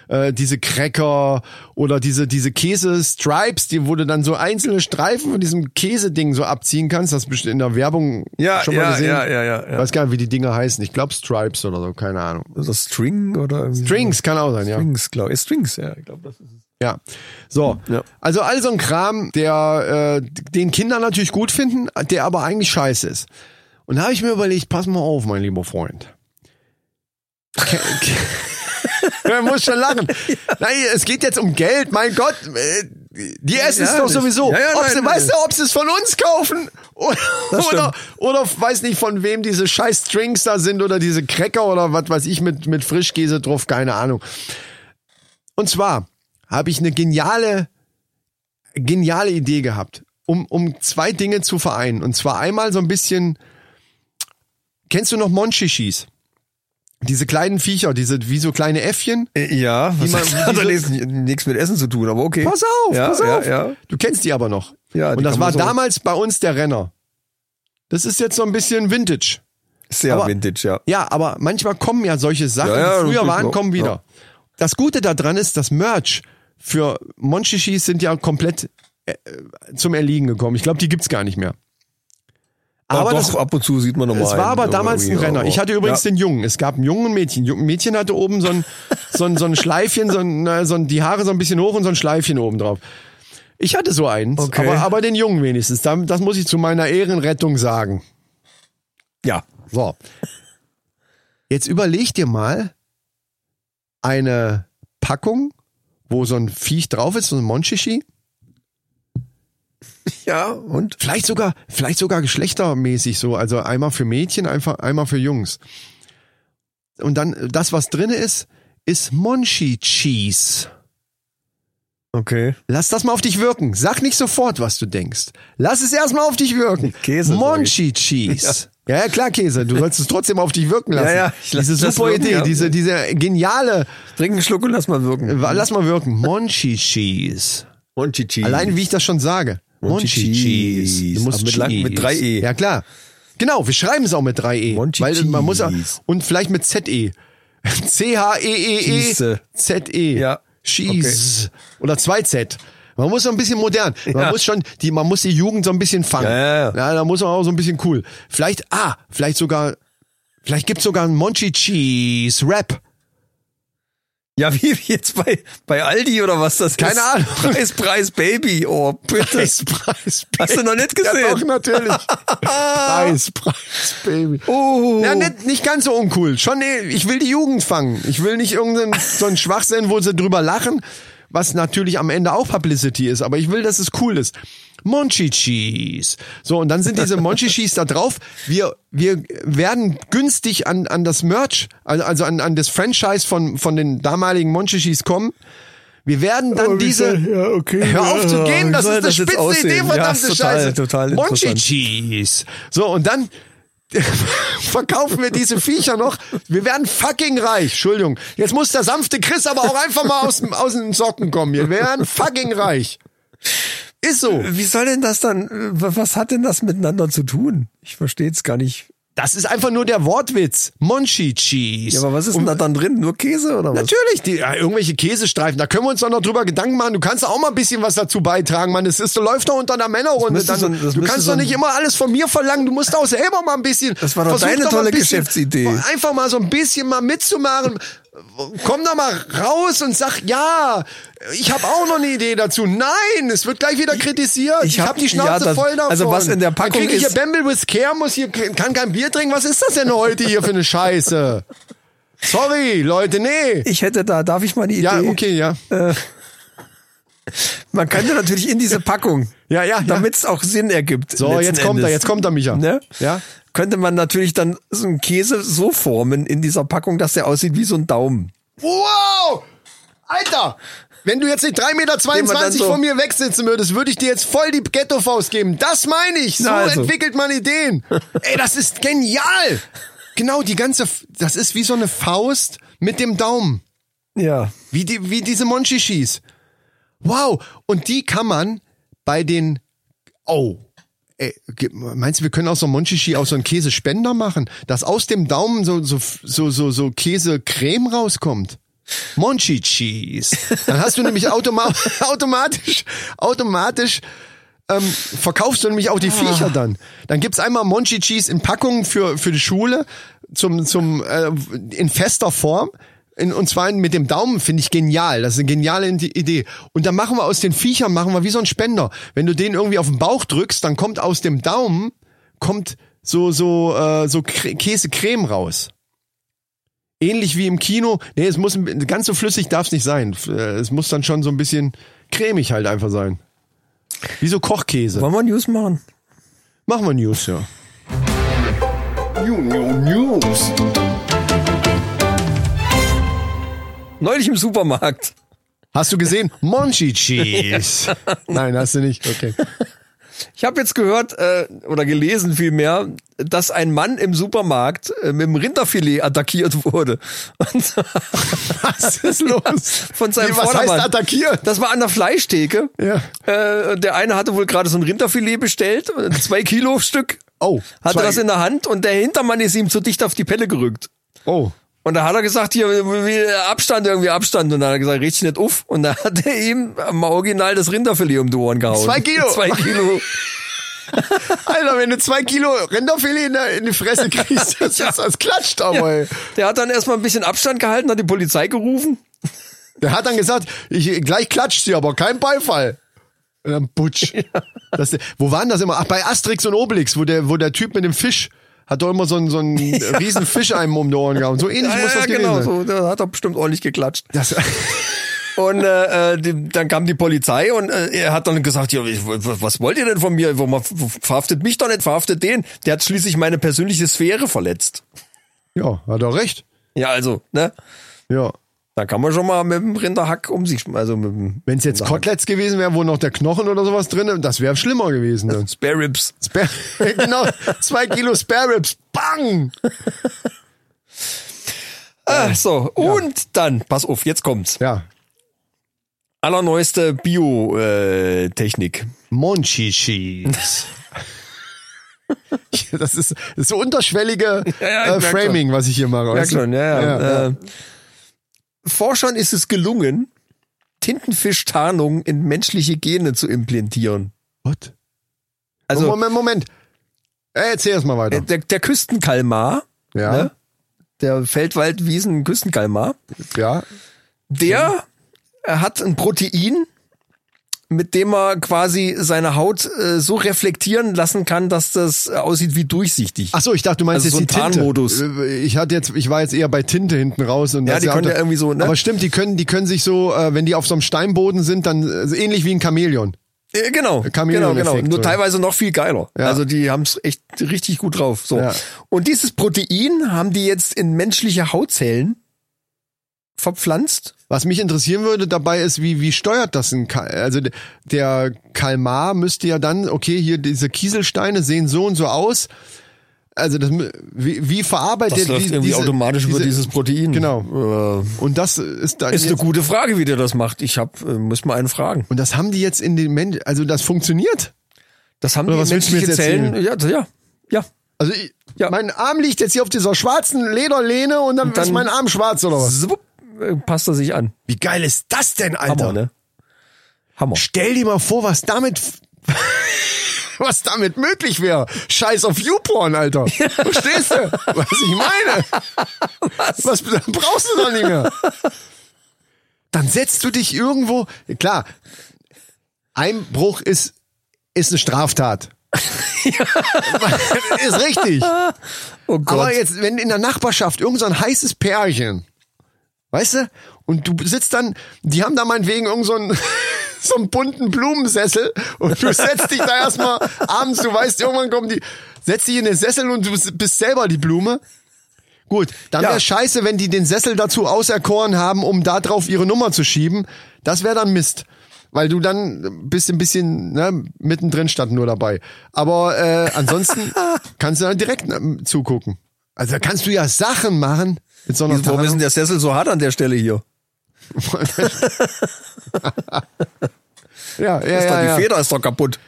Äh, diese Cracker oder diese, diese Käse-Stripes, die, wo du dann so einzelne Streifen von diesem Käseding so abziehen kannst. Das hast du bestimmt in der Werbung Ja, schon mal ja, gesehen. ja, ja, ja, ja. Weiß gar nicht, wie die Dinger heißen. Ich glaube Stripes oder so, keine Ahnung. Also String oder irgendwie Strings kann auch sein, ja. Strings, glaube ich. Strings, ja, ich glaube, das ist es. Ja. So. Ja. Also all so ein Kram, der äh, den Kinder natürlich gut finden, der aber eigentlich scheiße ist. Und da habe ich mir überlegt, pass mal auf, mein lieber Freund. Ke- ke- Man muss schon lachen. Nein, es geht jetzt um Geld, mein Gott. äh, Die essen es Ja, doch das- sowieso. ja, ja, ob nein, sie, nein. weißt du, ob sie es von uns kaufen oder, Das oder, oder weiß nicht von wem diese scheiß Strings da sind oder diese Cracker oder was weiß ich mit, mit Frischkäse drauf, keine Ahnung. Und zwar habe ich eine geniale, geniale Idee gehabt, um, um zwei Dinge zu vereinen. Und zwar einmal so ein bisschen, kennst du noch Monchichis? Diese kleinen Viecher, diese wie so kleine Äffchen. Äh, Ja, was man- heißt, hat diese- doch nichts- nichts mit Essen zu tun, aber okay. Pass auf, ja, pass auf. Ja, ja. Du kennst die aber noch. Ja, die Und das kann war man so- damals bei uns der Renner. Das ist jetzt so ein bisschen Vintage. Sehr Aber- vintage, ja. Ja, aber manchmal kommen ja solche Sachen, Ja, ja, die das früher ist waren, so, kommen wieder. ja. Das Gute daran ist, das Merch für Monchichis sind ja komplett äh, zum Erliegen gekommen. Ich glaube, die gibt's gar nicht mehr. Aber doch, das, ab und zu sieht man nochmal. es war aber damals ein Renner. Ich hatte übrigens den Jungen. Es gab einen Jungen und ein Mädchen. Ein Mädchen hatte oben so ein, so ein, so ein Schleifchen, so ein, na, so ein, die Haare so ein bisschen hoch und so ein Schleifchen oben drauf. Ich hatte so eins, Okay. aber, aber den Jungen wenigstens. Da- Das muss ich zu meiner Ehrenrettung sagen. Ja. So. Jetzt überleg dir mal, eine Packung, wo so ein Viech drauf ist, so ein Monchichi. Ja, und? Vielleicht sogar, vielleicht sogar geschlechtermäßig so. Also einmal für Mädchen, einfach, einmal für Jungs. Und dann, das, was drin ist, ist Monchi Cheese. Okay. Lass das mal auf dich wirken. Sag nicht sofort, was du denkst. Lass es erstmal auf dich wirken. Käse, Monchi Cheese. Ja. ja, klar, Käse. Du sollst es trotzdem auf dich wirken lassen. Ja, ja, ich lass diese das super wirken, Idee, ja. diese, diese geniale, Trink einen Schluck und lass mal wirken. lass mal wirken. Monchi Cheese. Monchi Cheese. Allein wie ich das schon sage. Monchi Monchi Cheese. Cheese. Du musst Aber mit lang- mit E. Cheese. 3E. Ja, klar. Genau, wir schreiben es auch mit 3E. Monchi weil man muss auch, Cheese. und vielleicht mit E. ZE. C-H-E-E-E. Cheese. ZE. Ja. E. Cheese. Oder 2Z. Man muss so ein bisschen modern. Man Ja. muss schon, die, man muss die Jugend so ein bisschen fangen. Ja, ja, ja. da muss man auch so ein bisschen cool. Vielleicht, ah, vielleicht sogar, vielleicht gibt's sogar einen Monchi Cheese Rap. Ja, wie, wie jetzt bei, bei Aldi oder was das Keine ist? Ahnung. Preis, Preis, Baby. Oh, bitte. Preis, Hast du noch nicht Ja, doch, gesehen? natürlich. Preis, Preis, Baby. oh. Ja, nicht, nicht ganz so uncool. Schon, nee, ich will die Jugend fangen. Ich will nicht irgendeinen so einen Schwachsinn, wo sie drüber lachen, was natürlich am Ende auch Publicity ist, aber ich will, dass es cool ist. Monchichis. So, und dann sind diese Monchichis da drauf. Wir, wir werden günstig an, an das Merch, also also an, an das Franchise von, von den damaligen Monchichis kommen. Wir werden dann diese. ja, okay. Hör auf zu gehen, das ist eine spitze Idee, verdammte ja, total, Scheiße. Total Monchi interessant. Cheese. So, und dann verkaufen wir diese Viecher noch. Wir werden fucking reich. Entschuldigung. Jetzt muss der sanfte Chris aber auch einfach mal aus, dem- aus den Socken kommen. hier. Wir werden fucking reich. Ist so. Wie soll denn das dann, äh, was hat denn das miteinander zu tun? Ich verstehe es gar nicht. Das ist einfach nur der Wortwitz. Monchi Cheese. Ja, aber was ist denn da dann drin? Nur Käse oder was? Natürlich, die, ja, irgendwelche Käsestreifen, da können wir uns doch noch drüber Gedanken machen. Du kannst auch mal ein bisschen was dazu beitragen, Mann. Es ist, läuft doch unter der Männerrunde. müsste Dann, so ein- das du müsste kannst so doch ein- nicht immer alles von mir verlangen. Du musst auch selber mal ein bisschen. Das war doch versuch deine mal ein tolle bisschen- Geschäftsidee. Einfach mal so ein bisschen mal mitzumachen. Komm da mal raus und sag, ja, ich habe auch noch eine Idee dazu. Nein, es wird gleich wieder kritisiert. Ich, ich hab hab- habe die Schnauze ja, das- voll davon. also was in der Dann Packung krieg ich ist- hier Bamble with Care, muss hier, kann kein Bier trinken. Was ist das denn heute hier für eine Scheiße? Sorry, Leute, nee. Ich hätte da, darf ich mal die Idee? Äh, Ja, okay, ja. Man könnte natürlich in diese Packung, Ja, ja, ja. damit es auch Sinn ergibt. So, letzten jetzt kommt Endes. er, jetzt kommt er, Micha. Ne? Ja. Könnte man natürlich dann so einen Käse so formen in dieser Packung, dass der aussieht wie so ein Daumen. Wow! Alter! Wenn du jetzt nicht 3,22 Den man Meter dann so- von mir wegsitzen würdest, würde ich dir jetzt voll die Ghetto-Faust geben. Das meine ich. So Na also. entwickelt man Ideen. Ey, das ist genial. Genau, die ganze, F- das ist wie so eine Faust mit dem Daumen. Ja. Wie, die, wie diese Monchichis. Wow. Und die kann man bei den. Oh. Ey, ge- meinst du, wir können aus so einem Monchichi auch so einen Käsespender machen, dass aus dem Daumen so, so, so, so, so Käsecreme rauskommt? Monchichis. Dann hast du nämlich automa automatisch, automatisch Ähm, verkaufst du nämlich auch die Viecher dann. Dann gibt's einmal Monchi Cheese in Packungen für, für die Schule zum, zum, äh, in fester Form. In, und zwar mit dem Daumen finde ich genial. Das ist eine geniale Ide- Idee. Und dann machen wir aus den Viechern, machen wir wie so ein Spender. Wenn du den irgendwie auf den Bauch drückst, dann kommt aus dem Daumen, kommt so, so, äh, so Kr- Käsecreme raus. Ähnlich wie im Kino. Nee, es muss, ein- ganz so flüssig darf's nicht sein. F- äh, Es muss dann schon so ein bisschen cremig halt einfach sein. Wie so Kochkäse. Wollen wir News machen? Machen wir News, ja. News. Neulich im Supermarkt. Hast du gesehen? Monchi Cheese. Nein, hast du nicht. Okay. Ich habe jetzt gehört äh, oder gelesen vielmehr, dass ein Mann im Supermarkt äh, mit einem Rinderfilet attackiert wurde. Und Was ist los? von seinem Wie, was Vordermann. heißt attackiert? Das war an der Fleischtheke. Ja. Äh, und der eine hatte wohl gerade so ein Rinderfilet bestellt, äh, zwei Kilo Stück. Oh, Hatte zwei- das in der Hand und der Hintermann ist ihm zu dicht auf die Pelle gerückt. Oh. Und da hat er gesagt, hier, wie- Abstand, irgendwie Abstand. Und dann hat er gesagt, richtig nicht auf. Und da hat er ihm am Original das Rinderfilet um die Ohren gehauen. Zwei Kilo. Zwei Kilo. Alter, wenn du zwei Kilo Rinderfilet in, der, in die Fresse kriegst, das, Ja. ist, das klatscht aber. ey. Der hat dann erstmal ein bisschen Abstand gehalten, hat die Polizei gerufen. Der hat dann gesagt, ich, gleich klatscht sie, aber kein Beifall. Und dann Butsch. Das, wo waren das immer? Ach, bei Asterix und Obelix, wo der, wo der Typ mit dem Fisch Hat doch immer so einen, so einen riesen Fischeimen um die Ohren gehabt. So ähnlich Ja, muss ja, das genau, gewesen sein. so, da hat er bestimmt ordentlich geklatscht. Das, Und äh, äh, die, dann kam die Polizei und äh, er hat dann gesagt, ja, w- w- was wollt ihr denn von mir? Warum Verhaftet mich doch nicht, verhaftet den. Der hat schließlich meine persönliche Sphäre verletzt. ja, hat er recht. Ja, also, ne? Ja. Da kann man schon mal mit dem Rinderhack um sich, schmeißen, also mit dem Wenn es jetzt Koteletts gewesen wäre, wo noch der Knochen oder sowas drin ist, das wäre schlimmer gewesen. Dann. Spare Ribs. Spare, genau, zwei Kilo Spare Ribs. Bang! Ah, so, und dann, pass auf, jetzt kommt's. Ja. Allerneueste Bio-Technik. Monchi Cheese. das ist das ist so unterschwellige Ja, ja, ich äh, merk schon. Framing, was ich hier mache. weißt du? äh, Forschern ist es gelungen, Tintenfischtarnung in menschliche Gene zu implantieren. What? Also Moment, Moment. Äh, erzähl erst mal äh, weiter. der, der Küstenkalmar, ja, ne? der Feldwald-Wiesen-Küstenkalmar, ja. der äh, hat ein Protein, mit dem er quasi seine Haut äh, so reflektieren lassen kann, dass das äh, aussieht wie durchsichtig. Ach so, ich dachte, du meinst Also jetzt so ein die Tarnmodus. Tinte. Äh, Ich hatte jetzt, ich war jetzt eher bei Tinte hinten raus und Ja, das die können ja irgendwie so, ne? Aber stimmt, die können, die können sich so, äh, wenn die auf so einem Steinboden sind, dann äh, ähnlich wie ein Chamäleon. Äh, Genau, genau, Chameleon-Effekt, genau. Nur oder? teilweise noch viel geiler. Ja. Also die haben es echt richtig gut drauf. So. Ja. Und dieses Protein haben die jetzt in menschliche Hautzellen verpflanzt. Was mich interessieren würde dabei ist, wie, wie steuert das ein, Ka- also d- der Kalmar müsste ja dann, okay, hier diese Kieselsteine sehen so und so aus. Also das, mü- wie, wie verarbeitet die- diese- diese- Protein. Genau. Äh, Und das ist dann ist eine jetzt, gute Frage, wie der das macht. Ich hab, äh, muss mal einen fragen. und das haben die jetzt in den Menschen, also das funktioniert. Das haben Oder die was willst du mir menschliche jetzt Zellen. Ja, ja, ja. Also ich, Ja. mein Arm liegt jetzt hier auf dieser schwarzen Lederlehne und dann, dann- ist mein Arm schwarz oder was? Zwupp, äh, Passt er sich an. Wie geil ist das denn, Alter? Hammer, ne? Hammer. Stell dir mal vor, was damit was damit möglich wäre. Scheiß auf YouPorn, Alter. Verstehst du, was ich meine? Was? was dann brauchst du doch nicht mehr? Dann setzt du dich irgendwo, klar. Einbruch ist ist eine Straftat. ist richtig. Oh Gott. Aber jetzt, wenn in der Nachbarschaft irgend so ein heißes Pärchen, weißt du, und du sitzt dann, die haben da meinetwegen irgend so einen, so einen bunten Blumensessel und du setzt dich da erstmal abends, du weißt, irgendwann kommen die, setzt dich in den Sessel und du bist selber die Blume. Gut, dann Ja. wäre scheiße, wenn die den Sessel dazu auserkoren haben, um da drauf ihre Nummer zu schieben. Das wäre dann Mist. Weil du dann bist ein bisschen ne, mittendrin stand nur dabei. Aber äh, ansonsten kannst du dann direkt ähm, zugucken. Also da kannst du ja Sachen machen mit so einer Warum ist denn Tarnung. der Sessel so hart an der Stelle hier? Ja, ja, Ist doch, ja, die ja. Feder ist doch kaputt.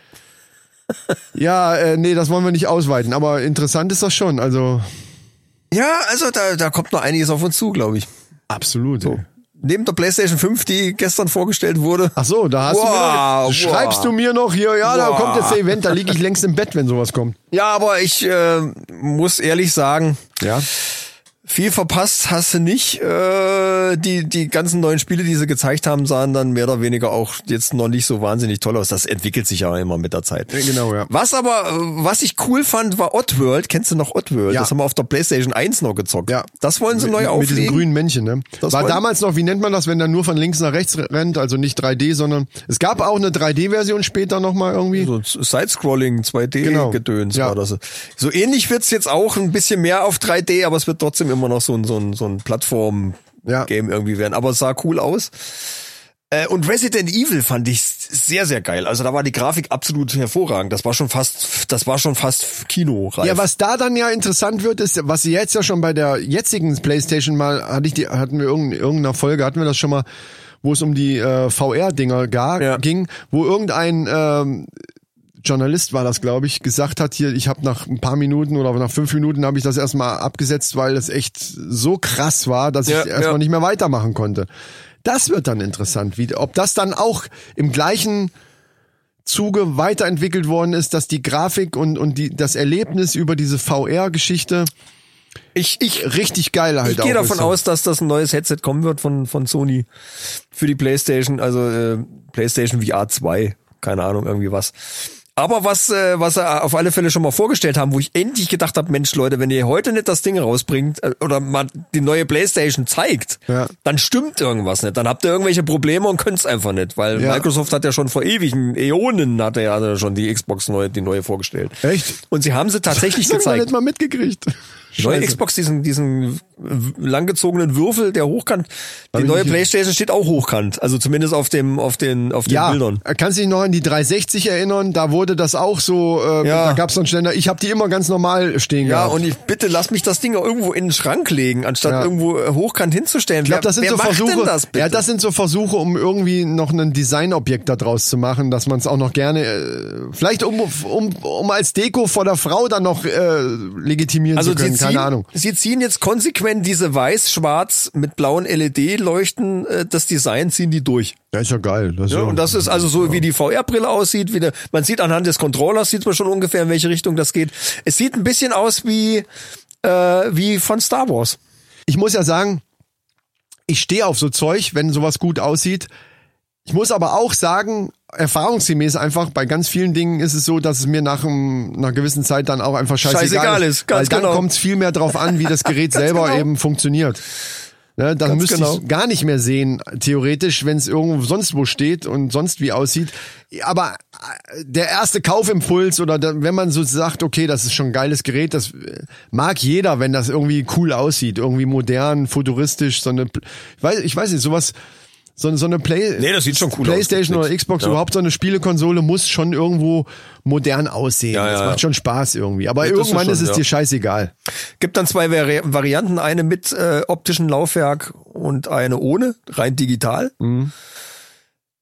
ja äh, nee, das wollen wir nicht ausweiten. Aber interessant ist das schon. Also Ja, also da, da kommt noch einiges auf uns zu, glaube ich. absolut. So. Neben der PlayStation 5, die gestern vorgestellt wurde. Ach so, da hast Wow, du mir noch, schreibst wow. du mir noch hier, ja, da Wow. kommt jetzt der Event, da liege ich längst im Bett, wenn sowas kommt. Ja, aber ich äh, muss ehrlich sagen, Ja. viel verpasst hast du nicht. Äh, die, die ganzen neuen Spiele, die sie gezeigt haben, sahen dann mehr oder weniger auch jetzt noch nicht so wahnsinnig toll aus. Das entwickelt sich ja immer mit der Zeit. Ja, genau, ja. Was aber, äh, was ich cool fand, war Oddworld. Kennst du noch Oddworld? Ja. Das haben wir auf der PlayStation 1 noch gezockt. Ja. Das wollen sie mit, neu mit auflegen. diesem grünen Männchen, ne? Das War wollen- damals noch, wie nennt man das, wenn der nur von links nach rechts rennt, also nicht 3D, sondern es gab auch eine 3D-Version später nochmal irgendwie. So Sidescrolling, Genau. 2D-Gedöns Ja. war das. So ähnlich wird's jetzt auch ein bisschen mehr auf 3D, aber es wird trotzdem immer noch so ein, so ein, so ein Ja. Plattform-Game irgendwie werden. Aber es sah cool aus. Äh, Und Resident Evil fand ich sehr, sehr geil. Also da war die Grafik absolut hervorragend. Das war schon fast, das war schon fast Kino reif. Ja, was da dann ja interessant wird, ist, was sie jetzt ja schon bei der jetzigen Playstation mal, hatte ich die, hatten wir irgendein- irgendeiner Folge, hatten wir das schon mal, wo es um die äh, VR-Dinger ga- Ja. ging, wo irgendein ähm, Journalist war das, glaube ich, gesagt hat, hier, ich habe nach ein paar Minuten oder nach fünf Minuten habe ich das erstmal abgesetzt, weil das echt so krass war, dass Ja, ich erstmal ja. nicht mehr weitermachen konnte. Das wird dann interessant, wie, ob das dann auch im gleichen Zuge weiterentwickelt worden ist, dass die Grafik und, und die, das Erlebnis über diese VR-Geschichte ich, ich richtig geil halt Ich gehe auch davon ist. aus, dass das ein neues Headset kommen wird von, von Sony für die PlayStation, also äh, PlayStation VR 2, keine Ahnung, irgendwie was. Aber was, äh, was sie auf alle Fälle schon mal vorgestellt haben, wo ich endlich gedacht habe, Mensch Leute, wenn ihr heute nicht das Ding rausbringt äh, oder mal die neue Playstation zeigt, Ja. dann stimmt irgendwas nicht. Dann habt ihr irgendwelche Probleme und könnt's einfach nicht, weil Ja. Microsoft hat ja schon vor ewigen Äonen hat er ja schon die Xbox neue, die neue vorgestellt. Echt? Und sie haben sie tatsächlich Ich hab gezeigt. nicht mal mitgekriegt. Die neue Scheiße. Xbox, diesen, diesen w- langgezogenen Würfel, der hochkant. Die ich neue nicht- Playstation steht auch hochkant. Also zumindest auf dem, auf den, auf den Ja, Bildern. kannst du dich noch an die 360 erinnern? Da wurde das auch so, äh, Ja. da gab's so einen Ständer. Ich habe die immer ganz normal stehen Ja, gehabt. und ich bitte lass mich das Ding auch irgendwo in den Schrank legen, anstatt Ja. irgendwo äh, hochkant hinzustellen. Ich glaube, das sind wer so macht Versuche. Denn das bitte? ja, das sind so Versuche, um irgendwie noch ein Designobjekt da draus zu machen, dass man es auch noch gerne, äh, vielleicht um, um, um als Deko vor der Frau dann noch äh, legitimieren also zu können. sie ziehen, Keine Ahnung. sie ziehen jetzt konsequent diese weiß-schwarz mit blauen LED-Leuchten, äh, das Design ziehen die durch. Ja, ist ja geil. Das Ja, und das ist also so, wie die VR-Brille aussieht. Wie der, man sieht anhand des Controllers, sieht man schon ungefähr, in welche Richtung das geht. Es sieht ein bisschen aus wie, äh, wie von Star Wars. ich muss ja sagen, ich stehe auf so Zeug, wenn sowas gut aussieht. Ich muss aber auch sagen, erfahrungsgemäß einfach, bei ganz vielen Dingen ist es so, dass es mir nach, einem- nach einer gewissen Zeit dann auch einfach scheißegal, Scheißegal ist, ganz weil dann genau. kommt es viel mehr drauf an, wie das Gerät Ganz selber genau. eben funktioniert. Ne, dann Ganz müsste genau. ich gar nicht mehr sehen, theoretisch, wenn es irgendwo sonst wo steht und sonst wie aussieht. Aber äh, der erste Kaufimpuls oder da, wenn man so sagt, okay, das ist schon ein geiles Gerät, das äh, mag jeder, wenn das irgendwie cool aussieht, irgendwie modern, futuristisch, so eine, Pl- ich weiß, ich weiß nicht, sowas, so, so eine Play Nee, das sieht schon cool aus, Playstation das oder nix. Xbox, Ja. überhaupt so eine Spielekonsole muss schon irgendwo modern aussehen. Ja, das ja, macht ja. schon Spaß irgendwie. Aber Ja, das ist irgendwann schon, ist, es ja. dir scheißegal. Gibt dann zwei Vari Varianten, eine mit äh, optischem Laufwerk und eine ohne, rein digital. Mhm.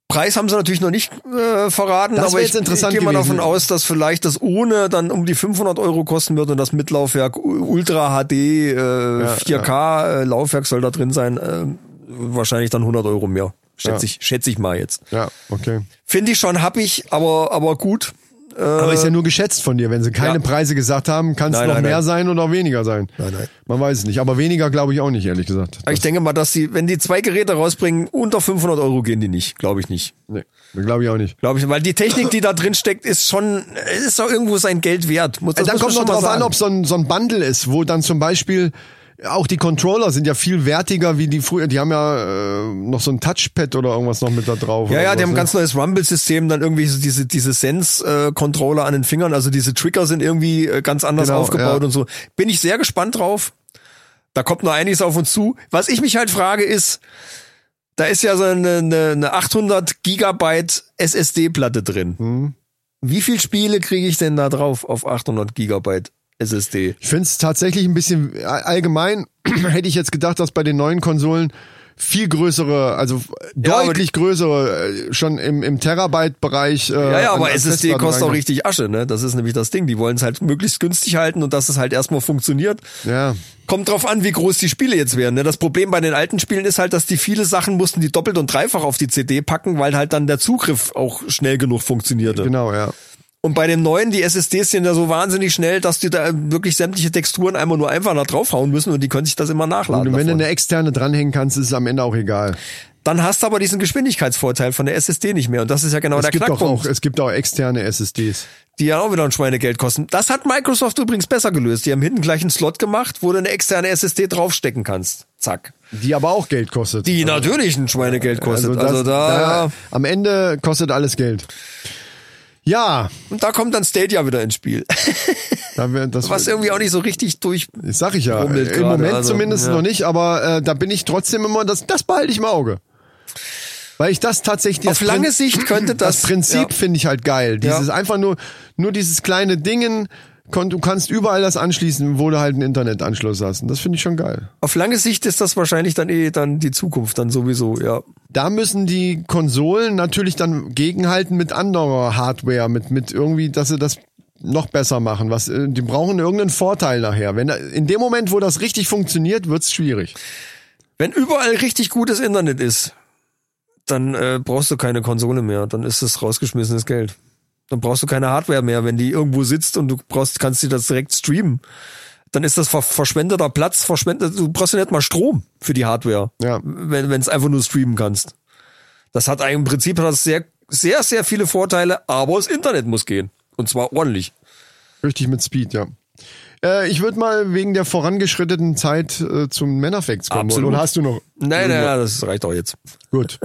Preis haben sie natürlich noch nicht äh, verraten, Das aber wär ich, jetzt interessant ich gehe mal gewesen. davon aus, dass vielleicht das ohne dann um die 500 Euro kosten wird und das mit Laufwerk U- Ultra HD äh, 4K Äh, Laufwerk soll da drin sein. Äh, wahrscheinlich dann 100 Euro mehr, schätze ich, schätze ich mal jetzt. Ja, okay. Finde ich schon happig, aber aber gut. Aber ist ja nur geschätzt von dir, wenn sie keine Äh, Ja. Preise gesagt haben, kann es noch Nein, nein, mehr nein. sein oder weniger sein. Nein, nein. Man weiß es nicht, aber weniger glaube ich auch nicht, ehrlich gesagt. Äh, Ich denke mal, dass die, wenn die zwei Geräte rausbringen, unter 500 Euro gehen die nicht, glaube ich nicht. Nee, glaube ich auch nicht. Glaube ich, weil die Technik, die da drin steckt, ist schon, es ist doch irgendwo sein Geld wert. Muss, das Also dann Also muss kommt noch man schon mal drauf an, sagen. ob so ein, so ein Bundle ist, wo dann zum Beispiel auch die Controller sind ja viel wertiger wie die früher. Die haben ja äh, noch so ein Touchpad oder irgendwas noch mit da drauf. Ja, oder ja, die sowas, haben ein ne? ganz neues Rumble-System, dann irgendwie so diese, diese Sense-Controller an den Fingern, also diese Trigger sind irgendwie äh, ganz anders Genau, aufgebaut ja. und so. Bin ich sehr gespannt drauf. Da kommt noch einiges auf uns zu. Was ich mich halt frage ist, da ist ja so eine, eine, eine 800 Gigabyte SSD-Platte drin. Hm. Wie viel Spiele kriege ich denn da drauf auf 800 Gigabyte SSD? Ich finde es tatsächlich ein bisschen all- allgemein hätte ich jetzt gedacht, dass bei den neuen Konsolen viel größere, also Ja, aber- deutlich größere, äh, schon im, im Terabyte-Bereich. Äh, Ja, ja, an- aber an SSD Festplatten kostet auch reinkommt. richtig Asche, ne? Das ist nämlich das Ding. Die wollen es halt möglichst günstig halten und dass es halt erstmal funktioniert. Ja. Kommt drauf an, wie groß die Spiele jetzt werden. Ne? Das Problem bei den alten Spielen ist halt, dass die viele Sachen mussten die doppelt und dreifach auf die CD packen, weil halt dann der Zugriff auch schnell genug funktionierte. Genau, ja. Und bei dem neuen, die SSDs sind ja so wahnsinnig schnell, dass die da äh, wirklich sämtliche Texturen einmal nur einfach da draufhauen müssen und die können sich das immer nachladen. Und wenn du davon. eine externe dranhängen kannst, ist es am Ende auch egal. Dann hast du aber diesen Geschwindigkeitsvorteil von der SSD nicht mehr. Und das ist ja genau es, der gibt doch Knackpunkt. auch, es gibt auch externe SSDs. die ja auch wieder ein Schweinegeld kosten. Das hat Microsoft übrigens besser gelöst. Die haben hinten gleich einen Slot gemacht, wo du eine externe SSD draufstecken kannst. Zack. Die aber auch Geld kostet. Die natürlich ein Schweinegeld kostet. Also, das- da, Am Ende kostet alles Geld. Ja, und da kommt dann Stadia wieder ins Spiel. da wär- das Was irgendwie auch nicht so richtig durch. das sag ich ja. Im rummelt gerade, Moment also, zumindest ja. noch nicht, aber äh, da bin ich trotzdem immer, das, das behalte ich im Auge. Weil ich das tatsächlich. Auf das lange Prin- Sicht könnte Das, das. Prinzip Ja. finde ich halt geil. Dieses Ja. einfach nur, nur dieses kleine Dingen, kon, du kannst überall das anschließen, wo du halt einen Internetanschluss hast. Und das finde ich schon geil. Auf lange Sicht ist das wahrscheinlich dann eh dann die Zukunft dann sowieso, ja. Da müssen die Konsolen natürlich dann gegenhalten mit anderer Hardware, mit, mit irgendwie, dass sie das noch besser machen. Was, äh, die brauchen irgendeinen Vorteil nachher. Wenn, da- in dem Moment, wo das richtig funktioniert, wird's schwierig. Wenn überall richtig gutes Internet ist, dann äh, brauchst du keine Konsole mehr. Dann ist es rausgeschmissenes Geld. Dann brauchst du keine Hardware mehr, wenn die irgendwo sitzt und du brauchst, kannst dir das direkt streamen. Dann ist das ver verschwendeter Platz, verschwendet. Du brauchst ja nicht mal Strom für die Hardware, Ja. wenn wenn es einfach nur streamen kannst. Das hat eigentlich- im Prinzip hat das sehr, sehr, sehr viele Vorteile, aber das Internet muss gehen. Und zwar ordentlich. Richtig mit Speed, ja. Äh, ich würde mal wegen der vorangeschrittenen Zeit äh, zum Männerfacts kommen. Absolut. Oder hast du noch? Nein, nein, nein, das reicht auch jetzt. Gut.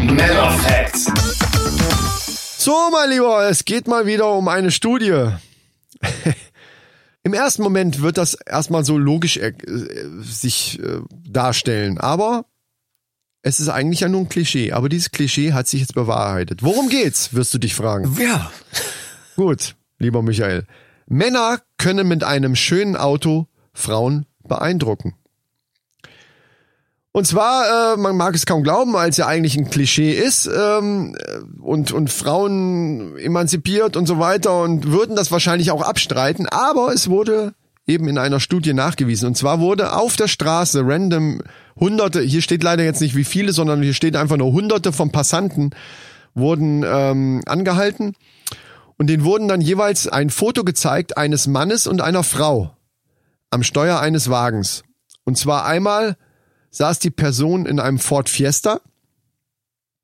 Männer Facts. So, mein Lieber, es geht mal wieder um eine Studie. Im ersten Moment wird das erstmal so logisch äh, äh, sich äh, darstellen, aber es ist eigentlich ja nur ein Klischee. Aber dieses Klischee hat sich jetzt bewahrheitet. Worum geht's, wirst du dich fragen. Ja. Gut, lieber Michael. Männer können mit einem schönen Auto Frauen beeindrucken. Und zwar, äh, man mag es kaum glauben, als ja eigentlich ein Klischee ist ähm, äh, und, und Frauen emanzipiert und so weiter und würden das wahrscheinlich auch abstreiten, aber es wurde eben in einer Studie nachgewiesen. Und zwar wurde auf der Straße random hunderte, hier steht leider jetzt nicht wie viele, sondern hier steht einfach nur hunderte von Passanten wurden ähm, angehalten und denen wurden dann jeweils ein Foto gezeigt eines Mannes und einer Frau am Steuer eines Wagens. Und zwar einmal saß die Person in einem Ford Fiesta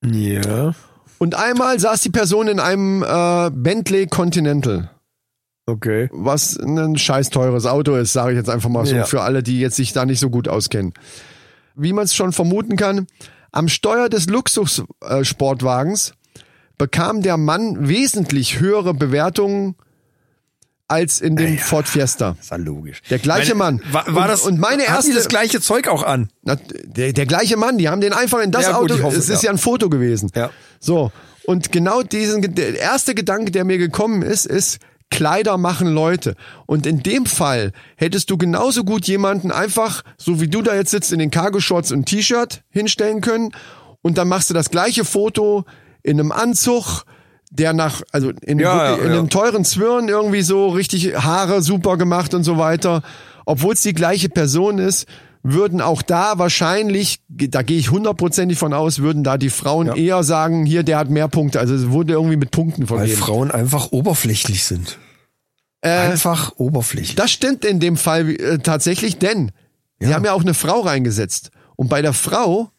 Ja. und einmal saß die Person in einem äh, Bentley Continental, Okay. was ein scheiß teures Auto ist, sage ich jetzt einfach mal so Ja. für alle, die jetzt sich da nicht so gut auskennen. Wie man es schon vermuten kann, am Steuer des Luxus-Sportwagens äh, bekam der Mann wesentlich höhere Bewertungen als in dem Ford Fiesta. Das war logisch. Der gleiche Mann. War, war Und- das, und meine hatten die erste- das gleiche Zeug auch an? Na, der, der gleiche Mann, die haben den einfach in das Ja, gut, Auto. ich hoffe, es ist ja. ja ein Foto gewesen. Ja. So. Und genau diesen, der erste Gedanke, der mir gekommen ist, ist, Kleider machen Leute. Und in dem Fall hättest du genauso gut jemanden einfach, so wie du da jetzt sitzt, in den Cargo-Shorts und T-Shirt hinstellen können. Und dann machst du das gleiche Foto in einem Anzug, der nach, also in, Ja, wirklich, ja, in ja. einem teuren Zwirn irgendwie so richtig Haare super gemacht und so weiter. Obwohl es die gleiche Person ist, würden auch da wahrscheinlich, da gehe ich hundertprozentig von aus, würden da die Frauen eher sagen, hier, der hat mehr Punkte. Also es wurde irgendwie mit Punkten Weil vergeben. Frauen einfach oberflächlich sind. Äh, einfach oberflächlich. Das stimmt in dem Fall äh, tatsächlich, denn sie haben ja auch eine Frau reingesetzt. Und bei der Frau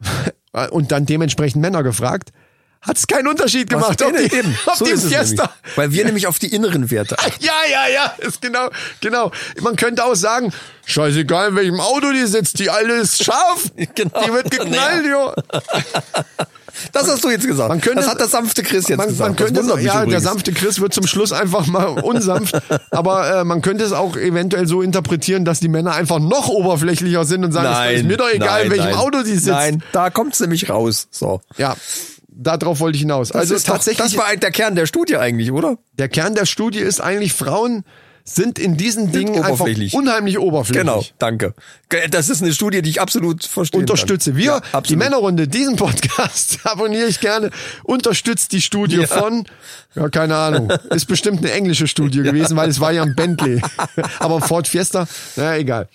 und dann dementsprechend Männer gefragt, hat es keinen Unterschied gemacht, Was- ob die, eben. ob So die ist es Fiesta. nämlich. Weil wir nämlich auf die inneren Werte achten. Ja, ja, ja, ist genau, genau. Man könnte auch sagen, scheißegal, in welchem Auto die sitzt, die alte ist scharf, Genau. die wird geknallt, jo. Das hast du jetzt gesagt. Man könnte- das hat der sanfte Chris jetzt Man, gesagt. man könnte, das wundert mich ja, der übrigens. sanfte Chris wird zum Schluss einfach mal unsanft, aber äh, man könnte es auch eventuell so interpretieren, dass die Männer einfach noch oberflächlicher sind und sagen, nein, es ist mir doch egal, nein, in welchem nein. Auto die sitzt. Nein, da kommt's nämlich raus. So. Ja, darauf wollte ich hinaus. Das also ist doch- tatsächlich, Das war halt der Kern der Studie eigentlich, oder? der Kern der Studie ist eigentlich, Frauen sind in diesen Dingen einfach oberflächlich. unheimlich oberflächlich. Genau, danke. Ge- Das ist eine Studie, die ich absolut verstehe. unterstütze. Wir, ja, die absolut. Männerrunde, diesen Podcast abonniere ich gerne. Unterstützt die Studie Ja. von, ja, keine Ahnung, ist bestimmt eine englische Studie gewesen, weil es war ja ein Bentley. Aber Ford Fiesta, naja, egal.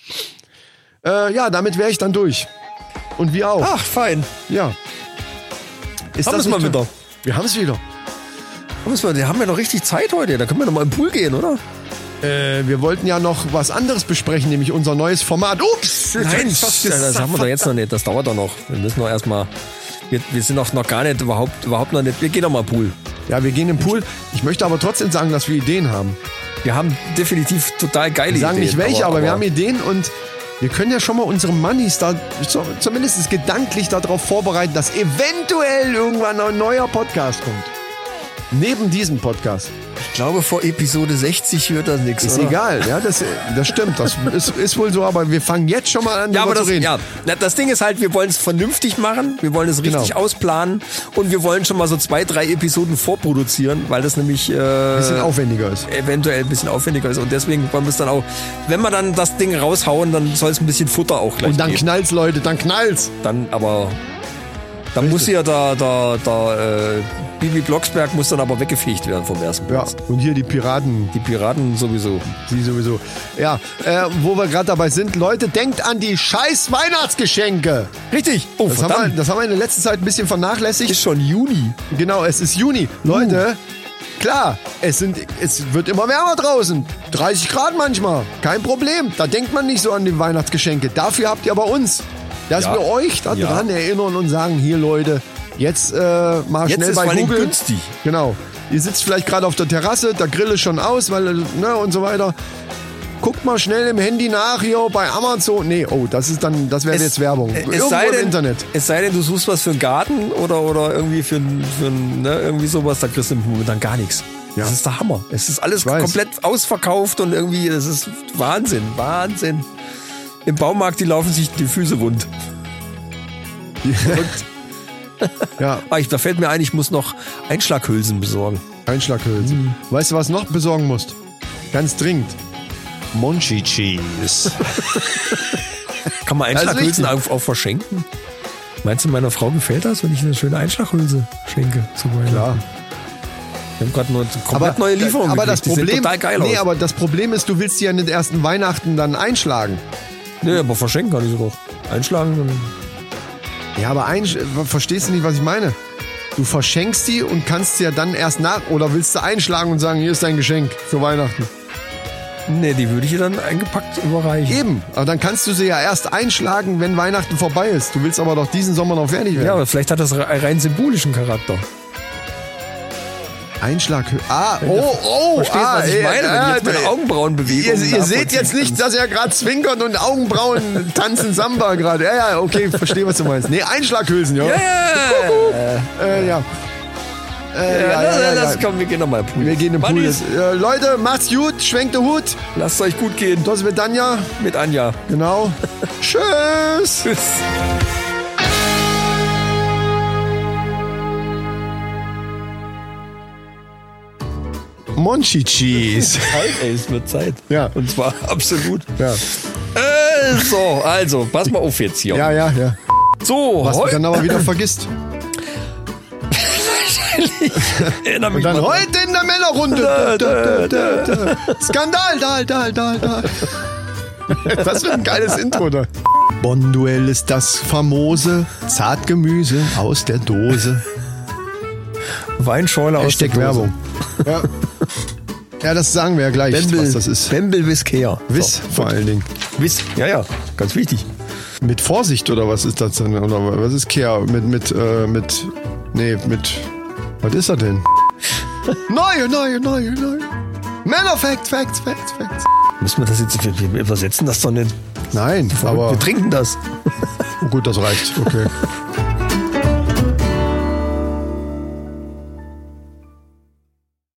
Äh, ja, damit wäre ich dann durch. Und wir auch. Ach, fein. Ja. Ist Ah. Haben wir's mal nicht- wieder. Wir haben es wieder. Da müssen wir- Die haben ja noch richtig Zeit heute. Da können wir noch mal im Pool gehen, oder? Äh, wir wollten ja noch was anderes besprechen, nämlich unser neues Format. Ups! jetzt hab ich's fast ja, das gesagt. haben wir doch jetzt noch nicht. Das dauert doch noch. Wir müssen noch erstmal. Wir, wir sind auch noch gar nicht, überhaupt, überhaupt noch nicht. Wir gehen doch mal Pool. ja, wir gehen im Pool. Ich möchte aber trotzdem sagen, dass wir Ideen haben. Wir haben definitiv total geile Wir sagen Ideen. nicht welche, aber, wir haben Ideen und wir können ja schon mal unsere Moneys da so- zumindest gedanklich darauf vorbereiten, dass eventuell irgendwann noch ein neuer Podcast kommt. Neben diesem Podcast. Ich glaube, vor Episode 60 wird das nichts. Ist egal, ja, das, das stimmt. Das ist, ist wohl so, aber wir fangen jetzt schon mal an, Ja, darüber aber das, um zu reden. ja, Na, das Ding ist halt, wir wollen es vernünftig machen, wir wollen es richtig Genau. ausplanen und wir wollen schon mal so zwei, drei Episoden vorproduzieren, weil das nämlich äh, Bisschen aufwendiger ist. eventuell ein bisschen aufwendiger ist. Und deswegen wollen wir es dann auch, wenn wir dann das Ding raushauen, dann soll es ein bisschen Futter auch gleich Und dann geben. knallt's, Leute, dann knallt's. Dann aber, dann muss ja der, der, der äh, Bibi Blocksberg muss dann aber weggefegt werden vom ersten Ja, Platz. und hier die Piraten, Die Piraten sowieso. die sowieso. Ja, äh, wo wir gerade dabei sind, Leute, denkt an die scheiß Weihnachtsgeschenke. Richtig. Oh, Das haben, wir, verdammt. das haben wir in der letzten Zeit ein bisschen vernachlässigt. Ist schon Juni. Uh. Genau, es ist Juni. Leute, klar, es, sind, es wird immer wärmer draußen. 30 Grad manchmal. Kein Problem. Da denkt man nicht so an die Weihnachtsgeschenke. Dafür habt ihr aber uns. Dass Ja. wir euch daran Ja. erinnern und sagen, hier Leute, Jetzt äh, mal Jetzt schnell ist bei vor allen Dingen Google. günstig. Genau. Ihr sitzt vielleicht gerade auf der Terrasse, der Grill ist schon aus, weil, äh, ne, und so weiter. Guckt mal schnell im Handy nach hier bei Amazon. Nee, oh, das ist dann, das wäre Es- jetzt Werbung. äh, Irgendwo im Internet. Es sei denn, du suchst was für einen Garten oder, oder irgendwie für, ein- für ein, ne, irgendwie sowas, da kriegst du momentan gar nichts. Ja. Das ist der Hammer. Es ist alles Ich weiß. komplett ausverkauft und irgendwie, das ist Wahnsinn, Wahnsinn. Im Baumarkt, die laufen sich die Füße wund. Verrückt. Ja, Ah, ich, da fällt mir ein, ich muss noch Einschlaghülsen besorgen. Einschlaghülse. Hm. Weißt du, was noch besorgen musst? Ganz dringend. Monchi Cheese. Kann man ist Einschlaghülsen richtig. auf, auf verschenken? Meinst du, meiner Frau gefällt das, wenn ich eine schöne Einschlaghülse schenke? Zu Klar. Wir haben gerade eine komplett neue Lieferung. aber das gekriegt. die Problem, sehen total geil nee, aus. aber das Problem ist, du willst die ja in den ersten Weihnachten dann einschlagen. Nee, aber verschenken kann ich sie doch. Einschlagen. dann- Ja, aber einsch äh, verstehst du nicht, was ich meine? Du verschenkst die und kannst sie ja dann erst nach oder willst du einschlagen und sagen, hier ist dein Geschenk für Weihnachten. Nee, die würde ich ihr dann eingepackt überreichen. Eben, aber dann kannst du sie ja erst einschlagen, wenn Weihnachten vorbei ist. Du willst aber doch diesen Sommer noch fertig Ja, werden. aber vielleicht hat das re- rein symbolischen Charakter. Ja. Einschlag. Ah, oh, oh, Verstehst du, ah, was ich ey, meine? Wenn ich jetzt meine ey. Augenbrauen bewege. Ihr, ihr seht jetzt nicht, dass er gerade zwinkert und Augenbrauen tanzen Samba gerade. Ja, ja, okay, verstehe, was du meinst. Nee, Einschlaghülsen, ja. Äh, ja. Äh, ja, ja, ja, ja. Lass, komm, wir gehen nochmal in den Pool. Wir gehen im Pool. Mannis, Jetzt. Äh, Leute, macht's gut, schwenkt den Hut. Lasst euch gut gehen. Das wird Danja. Mit Anja. Genau. Tschüss. Tschüss. Monchi Cheese. Zeit, ey, es wird Zeit. Ja. Und zwar absolut. Ja, Äh, so, also, pass mal auf jetzt hier. ja, ja. ja. So, Was du heute. dann aber wieder vergisst. Erinnere Und mich dann mal dran. heute in der Männerrunde. Da, da, da, da. Skandal, da, da, da, da. Das wird ein geiles Intro, da. Bonduell ist das famose Zartgemüse aus der Dose. Weinschorle aus der Hashtag Dose. Werbung. Ja. ja, das sagen wir ja gleich, was das ist. Bembel Whiskea. Wiss vor allen Dingen. Whis. Ja, ja, ganz wichtig. Mit Vorsicht oder was ist das denn? Oder was ist Care? Mit, mit, äh, mit, nee, mit, was ist das denn? neue, neue, neue, neue. Männer Facts, Facts, Facts, Facts. Müssen wir das jetzt wir- wir übersetzen? Das ist doch nicht. Nein, wir aber trinken das. oh gut, das reicht. Okay.